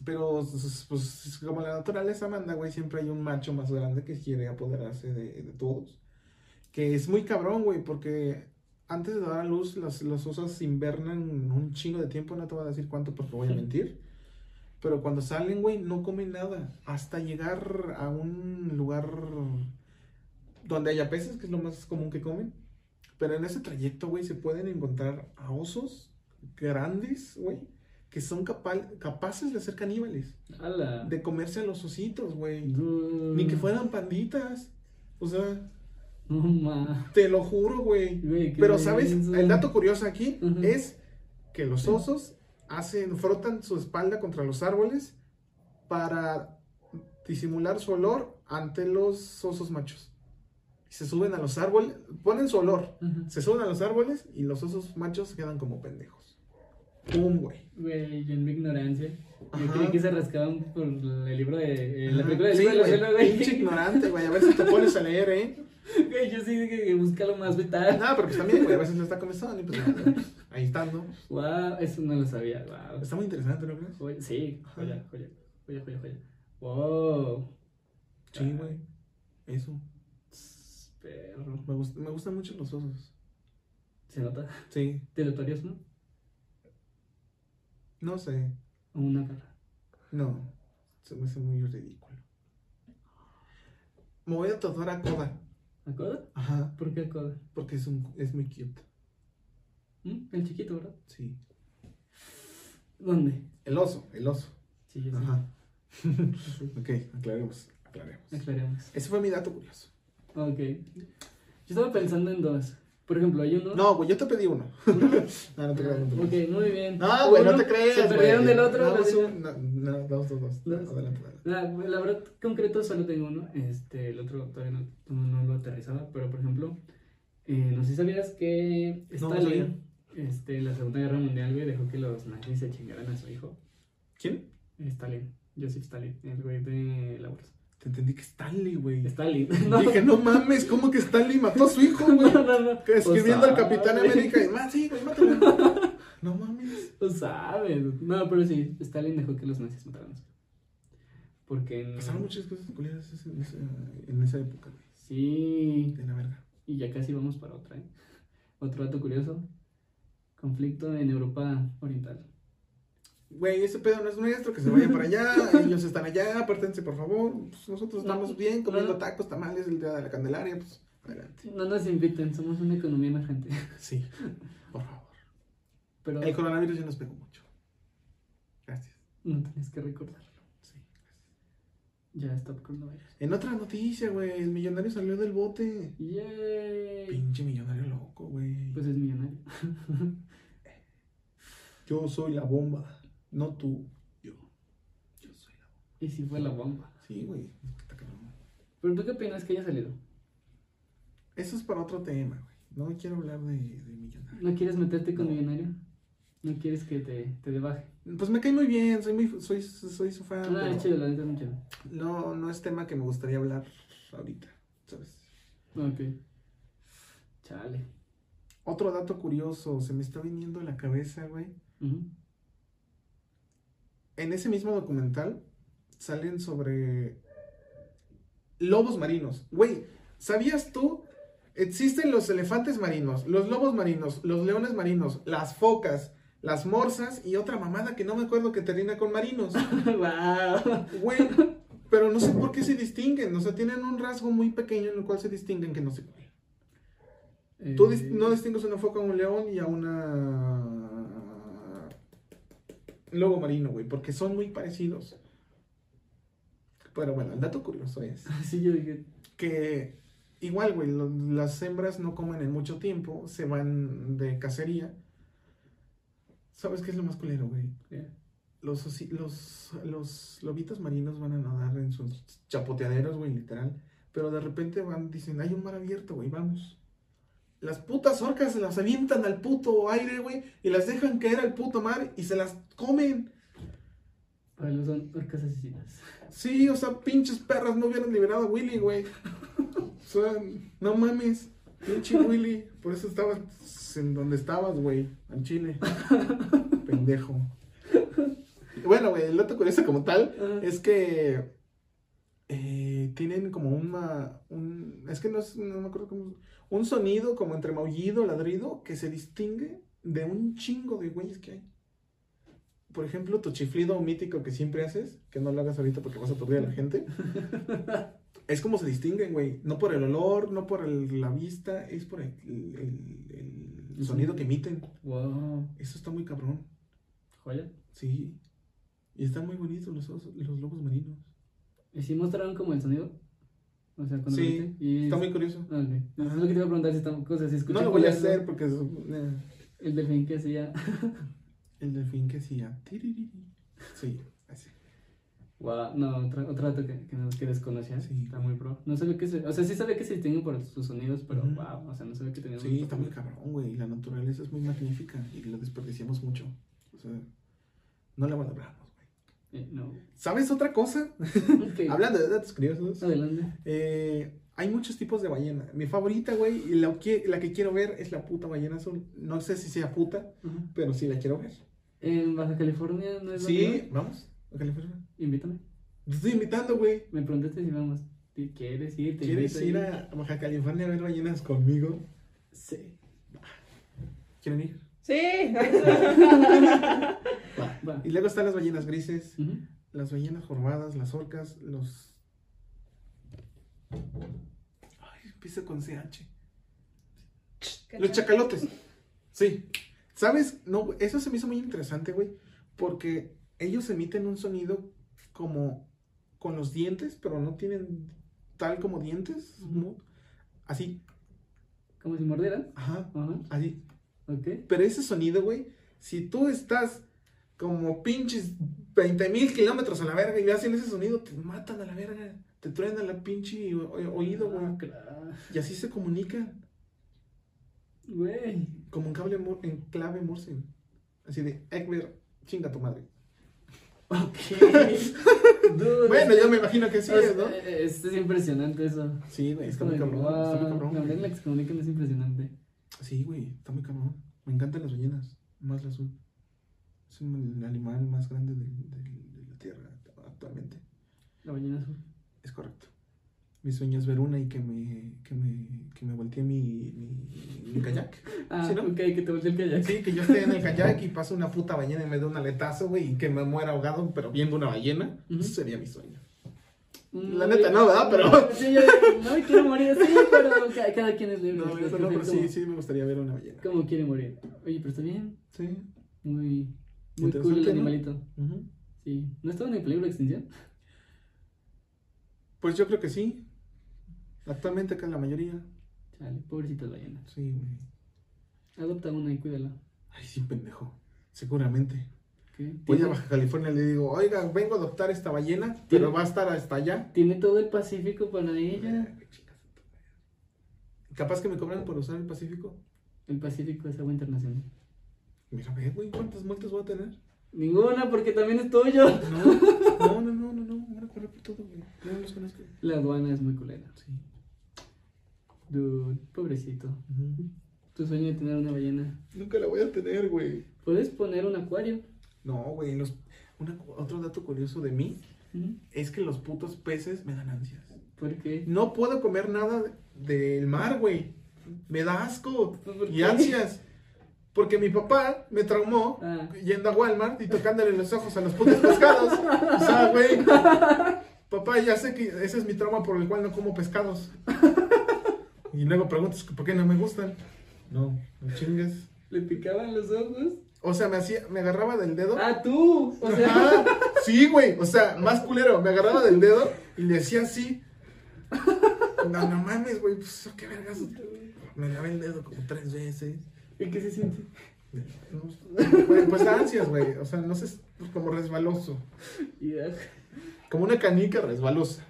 [SPEAKER 2] pero pues, pues, como la naturaleza manda, güey, siempre hay un macho más grande que quiere apoderarse de, de todos, que es muy cabrón, güey, porque antes de dar a luz las, las osas invernan un chingo de tiempo, no te voy a decir cuánto porque voy a mentir. Pero cuando salen, güey, no comen nada. Hasta llegar a un lugar donde haya peces, que es lo más común que comen. Pero en ese trayecto, güey, se pueden encontrar a osos grandes, güey, que son capal- capaces de ser caníbales.
[SPEAKER 1] Ala.
[SPEAKER 2] De comerse a los ositos, güey.
[SPEAKER 1] Mm. Du-
[SPEAKER 2] Ni que fueran panditas. O sea,
[SPEAKER 1] No ma.
[SPEAKER 2] te lo juro, güey.
[SPEAKER 1] Güey, qué
[SPEAKER 2] Pero, ¿sabes?
[SPEAKER 1] denso.
[SPEAKER 2] El dato curioso aquí
[SPEAKER 1] Ujú.
[SPEAKER 2] es que los osos hacen, frotan su espalda contra los árboles para disimular su olor ante los osos machos. Y se suben a los árboles, ponen su olor,
[SPEAKER 1] Ajá.
[SPEAKER 2] se suben a los árboles y los osos machos quedan como pendejos. ¡Pum, güey!
[SPEAKER 1] Güey, yo en mi ignorancia. Yo
[SPEAKER 2] Ajá.
[SPEAKER 1] creí que se rascaban por el libro de. eh, la
[SPEAKER 2] Ajá.
[SPEAKER 1] película del
[SPEAKER 2] Sí,
[SPEAKER 1] libro de la
[SPEAKER 2] güey,
[SPEAKER 1] selva, güey.
[SPEAKER 2] pinche ignorante, güey. A ver si te pones a leer, ¿eh?
[SPEAKER 1] [LAUGHS] Güey, yo sí dije que busca lo más vital.
[SPEAKER 2] Nada, pero pues también, güey, a veces no está comenzando y pues, nada, pues, ahí estando.
[SPEAKER 1] Wow, eso no lo sabía. Wow.
[SPEAKER 2] Está muy interesante, ¿no crees?
[SPEAKER 1] Joya- Sí, joya, joya, joya, joya, joya. Wow.
[SPEAKER 2] Sí, güey. Eso.
[SPEAKER 1] Tss, Perro.
[SPEAKER 2] Me, gust- me gustan mucho los osos.
[SPEAKER 1] ¿Se nota?
[SPEAKER 2] Sí.
[SPEAKER 1] ¿Deletorios, no?
[SPEAKER 2] No sé.
[SPEAKER 1] O una perra.
[SPEAKER 2] No. Se me hace muy ridículo. Me voy a tatuar a Koda.
[SPEAKER 1] ¿Acoda?
[SPEAKER 2] Ajá.
[SPEAKER 1] ¿Por qué acoda?
[SPEAKER 2] Porque es, un, es muy cute.
[SPEAKER 1] ¿Mm? El chiquito, ¿verdad?
[SPEAKER 2] Sí.
[SPEAKER 1] ¿Dónde?
[SPEAKER 2] El oso, el oso.
[SPEAKER 1] Sí, yo sí.
[SPEAKER 2] Ajá.
[SPEAKER 1] Sí.
[SPEAKER 2] Ok, aclaremos. Aclaremos.
[SPEAKER 1] Aclaremos.
[SPEAKER 2] Ese fue mi dato curioso.
[SPEAKER 1] Ok. Yo estaba pensando en dos. Por ejemplo, hay uno.
[SPEAKER 2] No, güey, yo te pedí uno. [LAUGHS] no, no te creo. No, te creo.
[SPEAKER 1] Ok, muy bien.
[SPEAKER 2] no güey, no
[SPEAKER 1] Uno,
[SPEAKER 2] te creas.
[SPEAKER 1] Ah, Se perdieron
[SPEAKER 2] güey.
[SPEAKER 1] del otro.
[SPEAKER 2] Damos
[SPEAKER 1] pero-
[SPEAKER 2] un- No, no, damos dos, dos.
[SPEAKER 1] Dos.
[SPEAKER 2] Adelante, adelante.
[SPEAKER 1] La, la verdad, concreto, solo tengo uno. Este, el otro todavía no, no, no lo aterrizaba, pero por ejemplo, eh, no sé si sabías que
[SPEAKER 2] No, no
[SPEAKER 1] Stalin, este, en la Segunda Guerra Mundial, güey, dejó que los nazis se chingaran a su hijo.
[SPEAKER 2] ¿Quién?
[SPEAKER 1] Stalin, Joseph Stalin, el güey de la bolsa.
[SPEAKER 2] Te entendí que
[SPEAKER 1] [LAUGHS]
[SPEAKER 2] Stanley, güey.
[SPEAKER 1] Stalin, no,
[SPEAKER 2] Dije, no mames, ¿cómo que Stanley mató a su
[SPEAKER 1] [LAUGHS]
[SPEAKER 2] hijo, güey?
[SPEAKER 1] no, no, no.
[SPEAKER 2] Que Escribiendo al
[SPEAKER 1] O
[SPEAKER 2] Capitán
[SPEAKER 1] sabe, [LAUGHS]
[SPEAKER 2] América y más, sí, güey, mátalo. No mames.
[SPEAKER 1] o sabe. No, pero sí, Stalin dejó que los nazis mataran a su hijo. Porque en...
[SPEAKER 2] Pasaron muchas cosas culeras ese- en esa, en esa época, güey.
[SPEAKER 1] Sí.
[SPEAKER 2] De la verga.
[SPEAKER 1] Y ya casi vamos para otra, ¿eh? [LAUGHS] Otro dato curioso. Conflicto en Europa Oriental.
[SPEAKER 2] Güey, ese pedo no es nuestro, que se vayan
[SPEAKER 1] [LAUGHS]
[SPEAKER 2] para allá, ellos están allá, apártense por favor. Pues nosotros
[SPEAKER 1] No,
[SPEAKER 2] estamos bien comiendo
[SPEAKER 1] no.
[SPEAKER 2] tacos, tamales, el día de la Candelaria, pues adelante.
[SPEAKER 1] No nos inviten, somos una economía emergente. [LAUGHS]
[SPEAKER 2] Sí, por favor.
[SPEAKER 1] Pero
[SPEAKER 2] El coronavirus ya nos pegó mucho. Gracias.
[SPEAKER 1] no tienes que recordarlo.
[SPEAKER 2] Sí, gracias.
[SPEAKER 1] Ya está coronavirus.
[SPEAKER 2] En otra noticia, güey, el millonario salió del bote.
[SPEAKER 1] ¡Yay!
[SPEAKER 2] Pinche millonario loco, güey.
[SPEAKER 1] Pues es millonario.
[SPEAKER 2] Yo soy la bomba, no tú. Yo. Yo soy la bomba.
[SPEAKER 1] Y sí fue la bomba.
[SPEAKER 2] Sí, güey. Está cabrón.
[SPEAKER 1] ¿Pero tú qué opinas que haya salido?
[SPEAKER 2] Eso es para otro tema, güey. No quiero hablar de, de millonario.
[SPEAKER 1] ¿No quieres meterte con
[SPEAKER 2] No.
[SPEAKER 1] millonario? ¿No quieres que te, te debaje?
[SPEAKER 2] Pues me cae muy bien, soy muy, soy, soy su fan.
[SPEAKER 1] Ah,
[SPEAKER 2] pero
[SPEAKER 1] es chido, la neta es muy chido.
[SPEAKER 2] no, no es tema que me gustaría hablar ahorita, ¿sabes?
[SPEAKER 1] Ok. Chale.
[SPEAKER 2] Otro dato curioso, se me está viniendo a la cabeza, güey.
[SPEAKER 1] Ujú.
[SPEAKER 2] [LAUGHS] en ese mismo documental salen sobre lobos marinos. Güey, ¿sabías tú? Existen los elefantes marinos, los lobos marinos, los leones marinos, las focas, las morsas y otra mamada que no me acuerdo que termina con marinos.
[SPEAKER 1] [LAUGHS] ¡Wow!
[SPEAKER 2] Güey, pero no sé por qué se distinguen. O sea, tienen un rasgo muy pequeño en el cual se distinguen que no sé cuál. Tú dis-
[SPEAKER 1] Eh.
[SPEAKER 2] no distingues una foca a un león y a una lobo marino, güey, porque son muy parecidos. Pero bueno, el dato curioso es
[SPEAKER 1] [LAUGHS] Sí, yo dije.
[SPEAKER 2] que igual, güey, lo- las hembras no comen en mucho tiempo, se van de cacería. ¿Sabes qué es lo más culero, güey?
[SPEAKER 1] ¿qué?
[SPEAKER 2] Los, osi- los, los lobitos marinos van a nadar en sus chapoteaderos, güey, literal. Pero de repente van, dicen, hay un mar abierto, güey, vamos. Las putas orcas se las avientan al puto aire, güey, y las dejan caer al puto mar y se las comen.
[SPEAKER 1] Para los son orcas
[SPEAKER 2] [LAUGHS]
[SPEAKER 1] asesinas.
[SPEAKER 2] Sí, o sea, pinches perras no hubieran liberado a Willy, güey. O sea, no mames, pinche Willy. Por eso estabas en donde estabas, güey, en [LAUGHS] Chile. Pendejo. Bueno, güey, el dato curioso como tal
[SPEAKER 1] Ah,
[SPEAKER 2] es que eh, tienen como una, un, es que no, es- no me acuerdo cómo, un sonido como entre maullido, ladrido, que se distingue de un chingo de güeyes que hay. Por ejemplo, tu chiflido mítico que siempre haces, que no lo hagas ahorita porque vas a aturdir a la gente. es como se distinguen, güey. No por el olor, no por el- la vista, es por el, el- el
[SPEAKER 1] El
[SPEAKER 2] sonido que emiten.
[SPEAKER 1] ¡Wow!
[SPEAKER 2] Eso está muy cabrón.
[SPEAKER 1] Joya.
[SPEAKER 2] Sí. Y están muy bonitos los, osos- los lobos marinos.
[SPEAKER 1] ¿Y si mostraron como el sonido? O sea, cuando
[SPEAKER 2] Sí,
[SPEAKER 1] lo viste, y
[SPEAKER 2] Está muy curioso.
[SPEAKER 1] Ah, ok. No, es lo que te iba a preguntar si están cosas. Si escuché
[SPEAKER 2] No lo voy a
[SPEAKER 1] cuál es,
[SPEAKER 2] hacer porque es eh,
[SPEAKER 1] El delfín que hacía.
[SPEAKER 2] el delfín que hacía. tiririri. Sí, así.
[SPEAKER 1] Wow. [LAUGHS] No, otro, otro dato que, que, no- que desconocía.
[SPEAKER 2] Sí.
[SPEAKER 1] Está muy pro. No sabía que se. O sea, sí sabía que se distinguen por sus sonidos, pero
[SPEAKER 2] Ujú.
[SPEAKER 1] wow. O sea, no sabía que tenían.
[SPEAKER 2] Sí, está muy cabrón, güey. La naturaleza es muy magnífica y la desperdiciamos mucho. O sea, no la valoramos, güey.
[SPEAKER 1] Eh,
[SPEAKER 2] [LAUGHS]
[SPEAKER 1] no.
[SPEAKER 2] ¿Sabes otra cosa?
[SPEAKER 1] Ok.
[SPEAKER 2] Hablando de datos curiosos,
[SPEAKER 1] Adelante.
[SPEAKER 2] eh, hay muchos tipos de ballena. Mi favorita, güey, y la que, la que quiero ver es la puta ballena azul. No sé si sea puta,
[SPEAKER 1] Ajá.
[SPEAKER 2] pero sí la quiero ver.
[SPEAKER 1] En Baja California no es
[SPEAKER 2] Sí,
[SPEAKER 1] donde-
[SPEAKER 2] vamos. a California.
[SPEAKER 1] Invítame.
[SPEAKER 2] Te estoy invitando, güey.
[SPEAKER 1] Me preguntaste si vamos. ¿Te- ¿Quieres ir? ¿Te
[SPEAKER 2] ¿Quieres
[SPEAKER 1] invito
[SPEAKER 2] ir a Baja California a ver ballenas conmigo?
[SPEAKER 1] Sí.
[SPEAKER 2] ¿Quieren ir?
[SPEAKER 3] Sí. [LAUGHS]
[SPEAKER 1] Va.
[SPEAKER 2] Y luego están las ballenas grises,
[SPEAKER 1] Ujú.
[SPEAKER 2] las ballenas jorobadas, las orcas, los. Ay, empieza con CH. Los chacalotes. Sí. ¿Sabes? No, eso se me hizo muy interesante, güey. Porque ellos emiten un sonido como con los dientes, pero no tienen tal como dientes.
[SPEAKER 1] Ujú.
[SPEAKER 2] mu- Así.
[SPEAKER 1] Como si mordieran.
[SPEAKER 2] Ajá.
[SPEAKER 1] Ajá.
[SPEAKER 2] Así.
[SPEAKER 1] Ok.
[SPEAKER 2] Pero ese sonido, güey, si tú estás como pinches 20 mil kilómetros a la verga y le hacen ese sonido, te matan a la verga. Te truenan la pinche o- o- oído, güey.
[SPEAKER 1] Ah, cra-
[SPEAKER 2] Y así se comunican.
[SPEAKER 1] Güey.
[SPEAKER 2] Como en, cable mor- en clave morse. güey. Así de, Egbert, chinga tu madre.
[SPEAKER 1] Ok. [LAUGHS] Dude,
[SPEAKER 2] Bueno,
[SPEAKER 1] este-
[SPEAKER 2] yo me imagino que sí
[SPEAKER 1] es,
[SPEAKER 2] es, ¿no?
[SPEAKER 1] eh, este es impresionante eso.
[SPEAKER 2] Sí, güey, está
[SPEAKER 1] Como
[SPEAKER 2] muy
[SPEAKER 1] de,
[SPEAKER 2] cabrón.
[SPEAKER 1] wow,
[SPEAKER 2] Está muy cabrón.
[SPEAKER 1] Gabriel, la
[SPEAKER 2] güey.
[SPEAKER 1] que se comunican es impresionante.
[SPEAKER 2] Sí, güey, está muy cabrón. Me encantan las ballenas, más la azul. Es un- el animal más grande del- del- de la Tierra actualmente.
[SPEAKER 1] La ballena azul.
[SPEAKER 2] Es correcto. Mi sueño es ver una y que me, que me, que me voltee mi, mi, mi kayak.
[SPEAKER 1] Ah,
[SPEAKER 2] ¿Sí, no?
[SPEAKER 1] ok, que te voltee el kayak.
[SPEAKER 2] Sí, que yo esté en el kayak y pase una puta ballena y me dé un aletazo, güey, y que me muera ahogado, pero viendo una ballena.
[SPEAKER 1] Ujú.
[SPEAKER 2] Eso sería mi sueño.
[SPEAKER 1] Mm,
[SPEAKER 2] La neta no, ¿verdad? Pero-
[SPEAKER 1] Sí, yo no me quiero morir así, pero ca- cada, quien es libre.
[SPEAKER 2] No,
[SPEAKER 1] Es
[SPEAKER 2] eso no, pero
[SPEAKER 1] como-
[SPEAKER 2] sí, sí me gustaría ver una ballena.
[SPEAKER 1] como quiere morir? Oye, pero está bien.
[SPEAKER 2] Sí.
[SPEAKER 1] Muy, muy cool
[SPEAKER 2] Interesante,
[SPEAKER 1] el
[SPEAKER 2] ¿no?
[SPEAKER 1] animalito.
[SPEAKER 2] Ujú.
[SPEAKER 1] Sí. ¿No estaba en el peligro de extinción?
[SPEAKER 2] Pues yo creo que sí. Actualmente acá la mayoría.
[SPEAKER 1] Chale, pobrecitas ballenas.
[SPEAKER 2] Sí, güey.
[SPEAKER 1] Adopta una y cuídala.
[SPEAKER 2] Ay, sí, pendejo. Seguramente.
[SPEAKER 1] ¿Qué?
[SPEAKER 2] Voy a
[SPEAKER 1] Tiene,
[SPEAKER 2] Baja California y le digo, oiga, vengo a adoptar esta ballena, pero va a estar hasta allá.
[SPEAKER 1] tiene todo el Pacífico para ella.
[SPEAKER 2] Capaz que me cobran por usar el Pacífico.
[SPEAKER 1] El Pacífico es agua internacional.
[SPEAKER 2] Mira, ve, güey, ¿cuántas multas voy a tener?
[SPEAKER 1] Ninguna, porque también es tuyo.
[SPEAKER 2] No, no, no, no, no, no. Ahora corre por todo, güey. Yo no los conozco.
[SPEAKER 1] La aduana es muy culera.
[SPEAKER 2] Sí.
[SPEAKER 1] Dude, pobrecito.
[SPEAKER 2] Ujú.
[SPEAKER 1] Tu sueño de tener una ballena.
[SPEAKER 2] Nunca la voy a tener, güey.
[SPEAKER 1] Puedes poner un acuario.
[SPEAKER 2] No, güey. Los... Una, otro dato curioso de mí
[SPEAKER 1] ¿Mm?
[SPEAKER 2] es que los putos peces me dan ansias.
[SPEAKER 1] ¿Por qué?
[SPEAKER 2] No puedo comer nada de- del mar, güey. Me da asco
[SPEAKER 1] ¿Por
[SPEAKER 2] y
[SPEAKER 1] qué?
[SPEAKER 2] ansias. Porque mi papá me traumó
[SPEAKER 1] Ah.
[SPEAKER 2] yendo a Walmart y tocándole los ojos a los putos pescados. O sea, güey. Papá, ya sé que ese es mi trauma por el cual no como pescados. Y luego preguntas que por qué no me gustan. No, no chingues.
[SPEAKER 1] Le picaban los ojos.
[SPEAKER 2] O sea, me hacía, me agarraba del dedo.
[SPEAKER 1] Ah, tú. O sea,
[SPEAKER 2] Ajá, sí, güey. O sea, más culero. Me agarraba del dedo y le hacía así. No, no mames, güey. Pues, qué vergas. Me lavé el dedo como tres veces.
[SPEAKER 1] ¿y qué se siente?
[SPEAKER 2] No, güey, pues ansias, güey. O sea, no sé, pues, como resbaloso.
[SPEAKER 1] Y, ah,
[SPEAKER 2] Como una canica resbalosa.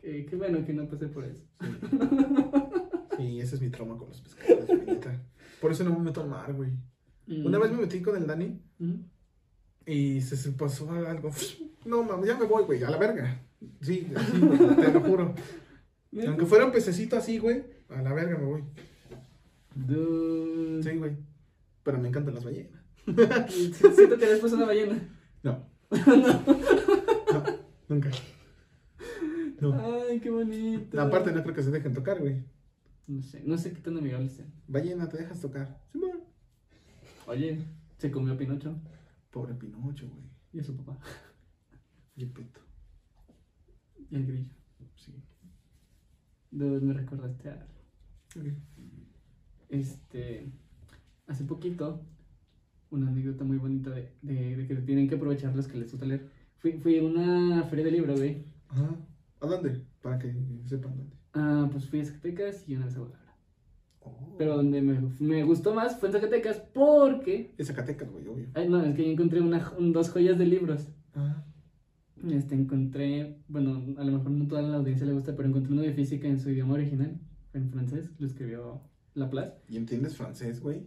[SPEAKER 1] Qué, eh, qué bueno que no pasé por eso.
[SPEAKER 2] Sí. Sí, ese es mi trauma con los pescados, güey, neta. Por eso no me meto al mar, güey. Una vez me metí con el Dani
[SPEAKER 1] ¿Mm?
[SPEAKER 2] Y se, se pasó algo. No, mames, ya me voy, güey, a la verga. Sí, sí, güey, te lo juro. Y Aunque fuera un pececito así, güey, a la verga me voy.
[SPEAKER 1] Dude.
[SPEAKER 2] Sí, güey. Pero me encantan las ballenas.
[SPEAKER 1] Siento que después una ballena.
[SPEAKER 2] No. no. Nunca. No.
[SPEAKER 1] Ay, qué bonito.
[SPEAKER 2] Aparte, no creo que se dejen tocar, güey.
[SPEAKER 1] No sé, no sé qué tan amigable sea.
[SPEAKER 2] Ballena, te dejas tocar. Simón.
[SPEAKER 1] Oye, se comió a Pinocho
[SPEAKER 2] Pobre Pinocho, güey.
[SPEAKER 1] y a su papá.
[SPEAKER 2] Y el peto.
[SPEAKER 1] Y al grillo.
[SPEAKER 2] Sí.
[SPEAKER 1] Dude, me recordaste a.
[SPEAKER 2] Ok.
[SPEAKER 1] Este. Hace poquito, una anécdota muy bonita de, de, de que tienen que aprovechar los que les gusta leer. Fui, fui a una feria de libro, güey.
[SPEAKER 2] Ajá. ¿A dónde? Para que sepan dónde.
[SPEAKER 1] Ah, pues fui a Zacatecas y una vez a Guadalajara.
[SPEAKER 2] Oh.
[SPEAKER 1] Pero donde me, me gustó más fue en Zacatecas porque.
[SPEAKER 2] Es Zacatecas, güey, obvio.
[SPEAKER 1] Ay, no, es que yo encontré una, jo- un- dos joyas de libros.
[SPEAKER 2] Ah.
[SPEAKER 1] Este, encontré, bueno, a lo mejor no toda la audiencia le gusta, pero encontré uno de física en su idioma original, en francés, lo escribió Laplace.
[SPEAKER 2] ¿Y entiendes francés, güey?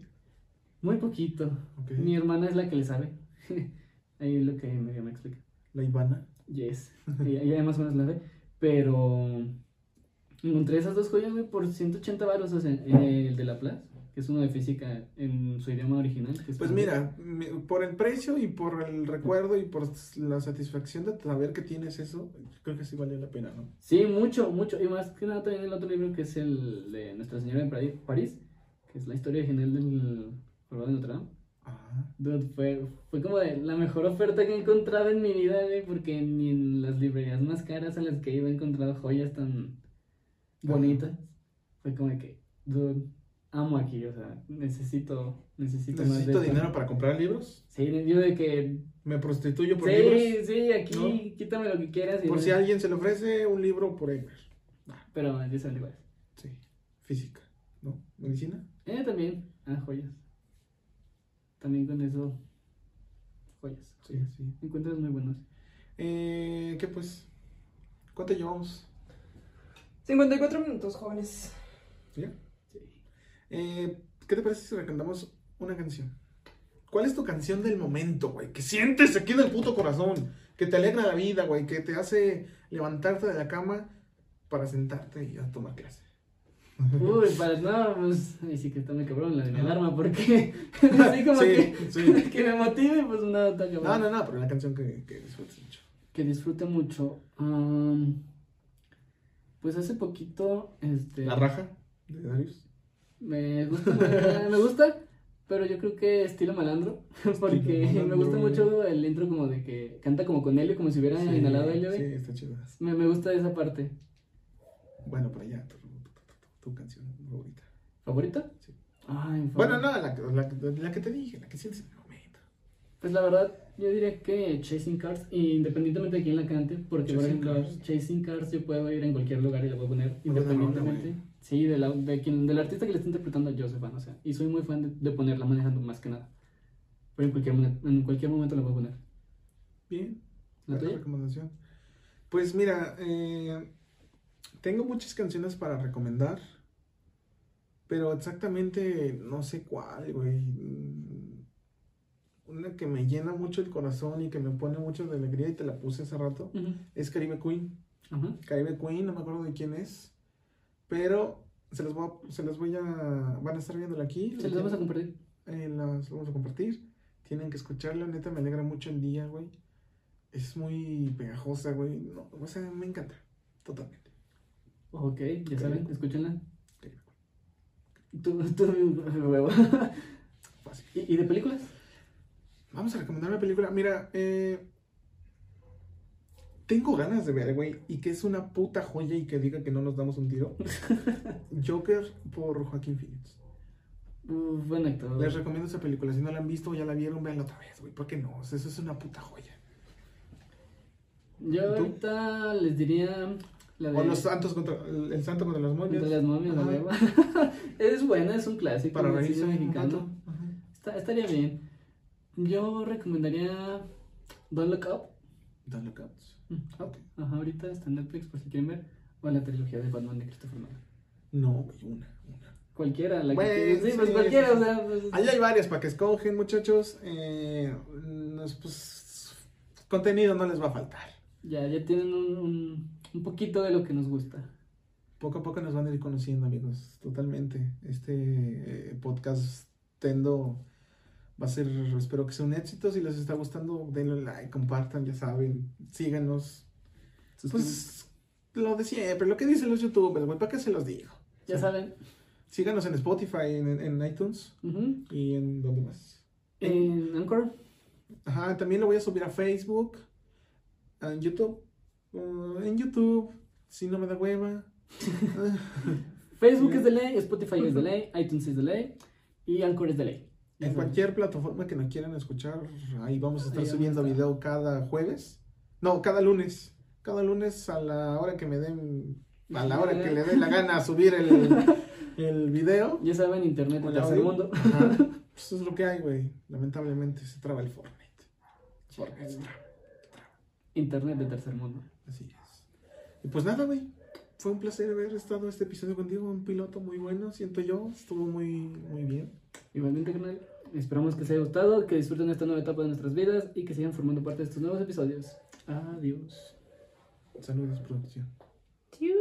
[SPEAKER 1] Muy poquito.
[SPEAKER 2] Ok.
[SPEAKER 1] Mi hermana es la que le sabe. [LAUGHS] Ahí es lo que medio me explica.
[SPEAKER 2] La Ivana. [LAUGHS]
[SPEAKER 1] Yes. Ella, ella más o menos la ve. Pero encontré esas dos joyas, güey, por 180 baros. O sea, eh, el de Laplace, que es uno de física en su idioma original. que es
[SPEAKER 2] Pues
[SPEAKER 1] francés.
[SPEAKER 2] mira, me- por el precio y por el recuerdo y por la satisfacción de saber que tienes eso, creo que sí valió la pena, ¿no?
[SPEAKER 1] Sí, mucho, mucho. Y más que nada también el otro libro que es el de Nuestra Señora de París- París, que es la historia original del Jorobado de Notre Dame.
[SPEAKER 2] Ah,
[SPEAKER 1] Dude, fue, fue como de la mejor oferta que he encontrado en mi vida, güey, porque ni en las librerías más caras a las que he ido he encontrado joyas tan bonitas. Fue como de que, dude, amo aquí, o sea, necesito, necesito, más de
[SPEAKER 2] necesito
[SPEAKER 1] esto.
[SPEAKER 2] dinero para comprar libros,
[SPEAKER 1] Sí, yo de que,
[SPEAKER 2] me prostituyo por libros.
[SPEAKER 1] sí, sí, aquí,
[SPEAKER 2] ¿No?
[SPEAKER 1] quítame lo que quieras. y
[SPEAKER 2] Por
[SPEAKER 1] no-
[SPEAKER 2] si alguien se le ofrece un libro por Ever.
[SPEAKER 1] Pero yo son iguales.
[SPEAKER 2] Sí, física, ¿no? Medicina.
[SPEAKER 1] Eh, también, ah, joyas. También con eso, joyas.
[SPEAKER 2] Sí, sí.
[SPEAKER 1] Encuentras muy buenos.
[SPEAKER 2] Eh, ¿Qué pues? ¿Cuánto llevamos?
[SPEAKER 3] 54 minutos, jóvenes.
[SPEAKER 2] ¿Ya?
[SPEAKER 1] Sí.
[SPEAKER 2] Eh, ¿Qué te parece si recantamos una canción? ¿Cuál es tu canción del momento, güey? Que sientes aquí en el puto corazón, que te alegra la vida, güey, que te hace levantarte de la cama para sentarte y a tomar clase.
[SPEAKER 1] Uy, para no, pues ahí sí que está muy cabrón la de mi alarma, porque [LAUGHS] así como
[SPEAKER 2] Sí,
[SPEAKER 1] que,
[SPEAKER 2] sí.
[SPEAKER 1] que me motive, pues no, está cabrón.
[SPEAKER 2] No, no, no, pero una canción que, que disfrutes mucho.
[SPEAKER 1] que disfrute mucho. Am, pues hace poquito, este.
[SPEAKER 2] La raja de Darius.
[SPEAKER 1] Me gusta,
[SPEAKER 2] [LAUGHS]
[SPEAKER 1] me gusta, pero yo creo que estilo malandro, [LAUGHS] porque
[SPEAKER 2] Estilo
[SPEAKER 1] me gusta
[SPEAKER 2] malandro.
[SPEAKER 1] mucho el intro como de que canta como con helio, como si hubiera
[SPEAKER 2] Sí,
[SPEAKER 1] inhalado helio.
[SPEAKER 2] Sí,
[SPEAKER 1] güey.
[SPEAKER 2] está chida.
[SPEAKER 1] Me, me gusta esa parte.
[SPEAKER 2] Bueno, para allá, tu, tu- tu- tu canción favorita.
[SPEAKER 1] ¿Favorita?
[SPEAKER 2] Sí.
[SPEAKER 1] Ay, mi
[SPEAKER 2] Bueno,
[SPEAKER 1] favorita.
[SPEAKER 2] no, la, la- la que te dije, la que sientes en el momento.
[SPEAKER 1] Pues la verdad, yo diría que Chasing Cars, independientemente de quién la cante, porque por
[SPEAKER 2] Chasing
[SPEAKER 1] ejemplo,
[SPEAKER 2] Cars.
[SPEAKER 1] Chasing Cars yo puedo ir en cualquier lugar y la puedo poner
[SPEAKER 2] Muy buena rola,
[SPEAKER 1] independientemente.
[SPEAKER 2] güey.
[SPEAKER 1] Sí, de la- de quien, del artista que le está interpretando yo soy fan, o sea, y soy muy fan de, de ponerla manejando más que nada. Pero en cualquier, momen- en cualquier momento la puedo poner.
[SPEAKER 2] Bien.
[SPEAKER 1] ¿La
[SPEAKER 2] buena
[SPEAKER 1] tuya?
[SPEAKER 2] recomendación. Pues mira, eh, tengo muchas canciones para recomendar, pero exactamente no sé cuál, güey. Mm, Una que me llena mucho el corazón y que me pone mucho de alegría y te la puse hace rato
[SPEAKER 1] Ujú.
[SPEAKER 2] es Caribe Queen.
[SPEAKER 1] Ajá.
[SPEAKER 2] Caribe Queen, no me acuerdo de quién es, pero se las voy a, se las voy a van a estar viéndola aquí.
[SPEAKER 1] Se los vamos a compartir.
[SPEAKER 2] Eh, las vamos a compartir. Tienen que escucharla, neta, me alegra mucho el día, güey. Es muy pegajosa, güey. No, o sea, me encanta. Totalmente.
[SPEAKER 1] Ok, ya saben, escúchenla.
[SPEAKER 2] Ok.
[SPEAKER 1] Tú, tú, [LAUGHS] huevo.
[SPEAKER 2] Fácil.
[SPEAKER 1] ¿Y, y de películas?
[SPEAKER 2] Vamos a recomendar una película. Mira, eh, tengo ganas de ver, güey, y que es una puta joya y que diga que no nos damos un tiro. Joker por Joaquín Phoenix.
[SPEAKER 1] Uf, buen actor.
[SPEAKER 2] Les recomiendo esa película. Si no la han visto o ya la vieron, véanla otra vez, güey. ¿Por qué no? O sea, eso es una puta joya.
[SPEAKER 1] Yo
[SPEAKER 2] ¿Tú?
[SPEAKER 1] ahorita les diría la de
[SPEAKER 2] O los santos contra... El, el santo contra las momias.
[SPEAKER 1] Entre las momias, la
[SPEAKER 2] Ajá.
[SPEAKER 1] huevo. [LAUGHS] es buena, es un clásico
[SPEAKER 2] Para
[SPEAKER 1] del
[SPEAKER 2] reírse
[SPEAKER 1] cine
[SPEAKER 2] un
[SPEAKER 1] mexicano.
[SPEAKER 2] rato. Ajá.
[SPEAKER 1] Está- estaría bien. Yo recomendaría Don't Look Up.
[SPEAKER 2] Don't Look Up.
[SPEAKER 1] Mm, Up. Ajá, ahorita está en Netflix por si quieren ver. O la trilogía de Batman de Christopher Nolan.
[SPEAKER 2] No, güey, una, una.
[SPEAKER 1] Cualquiera, la
[SPEAKER 2] Bueno,
[SPEAKER 1] que quieran. Sí,
[SPEAKER 2] sí,
[SPEAKER 1] pues cualquiera,
[SPEAKER 2] sí.
[SPEAKER 1] o sea. pues-
[SPEAKER 2] Ahí hay varias para que escogen, muchachos. Eh, nos, pues, contenido no les va a faltar.
[SPEAKER 1] Ya, ya tienen un, un, un poquito de lo que nos gusta.
[SPEAKER 2] Poco a poco nos van a ir conociendo, amigos. Totalmente. Este eh, podcast tendo va a ser, espero que sea un éxito. Si les está gustando, denle like, compartan, ya saben. Síganos. Pues lo de siempre, lo que dicen los youtubers, güey, ¿para qué se los digo?
[SPEAKER 1] ya saben.
[SPEAKER 2] Síganos en Spotify, en, en iTunes
[SPEAKER 1] Ujú.
[SPEAKER 2] y en donde más.
[SPEAKER 1] En Anchor.
[SPEAKER 2] Ajá, también lo voy a subir a Facebook, a YouTube, uh, en YouTube, si no me da hueva.
[SPEAKER 1] Facebook es de ley, Spotify es de ley, iTunes es de ley y Anchor es de ley. Ya
[SPEAKER 2] en
[SPEAKER 1] saben.
[SPEAKER 2] cualquier plataforma que nos quieran escuchar, ahí vamos a estar
[SPEAKER 1] Ahí vamos
[SPEAKER 2] subiendo
[SPEAKER 1] a estar.
[SPEAKER 2] video cada jueves. No, cada lunes. Cada lunes a la hora que me den, a la hora que le dé la gana a
[SPEAKER 1] [LAUGHS]
[SPEAKER 2] subir el, el video.
[SPEAKER 1] Ya saben, Internet en
[SPEAKER 2] Hola,
[SPEAKER 1] tercer
[SPEAKER 2] güey.
[SPEAKER 1] mundo.
[SPEAKER 2] Ajá. Pues es lo que hay, güey. Lamentablemente se traba el Fortnite. Fortnite se traba.
[SPEAKER 1] Internet de tercer mundo.
[SPEAKER 2] Así es. Y pues nada, güey. Fue un placer haber estado este episodio contigo. Un piloto muy bueno, siento yo. Estuvo muy, muy bien.
[SPEAKER 1] Igualmente, canal. Esperamos que les haya gustado, que disfruten esta nueva etapa de nuestras vidas y que sigan formando parte de estos nuevos episodios. Adiós.
[SPEAKER 2] Saludos, producción.
[SPEAKER 3] Tiu.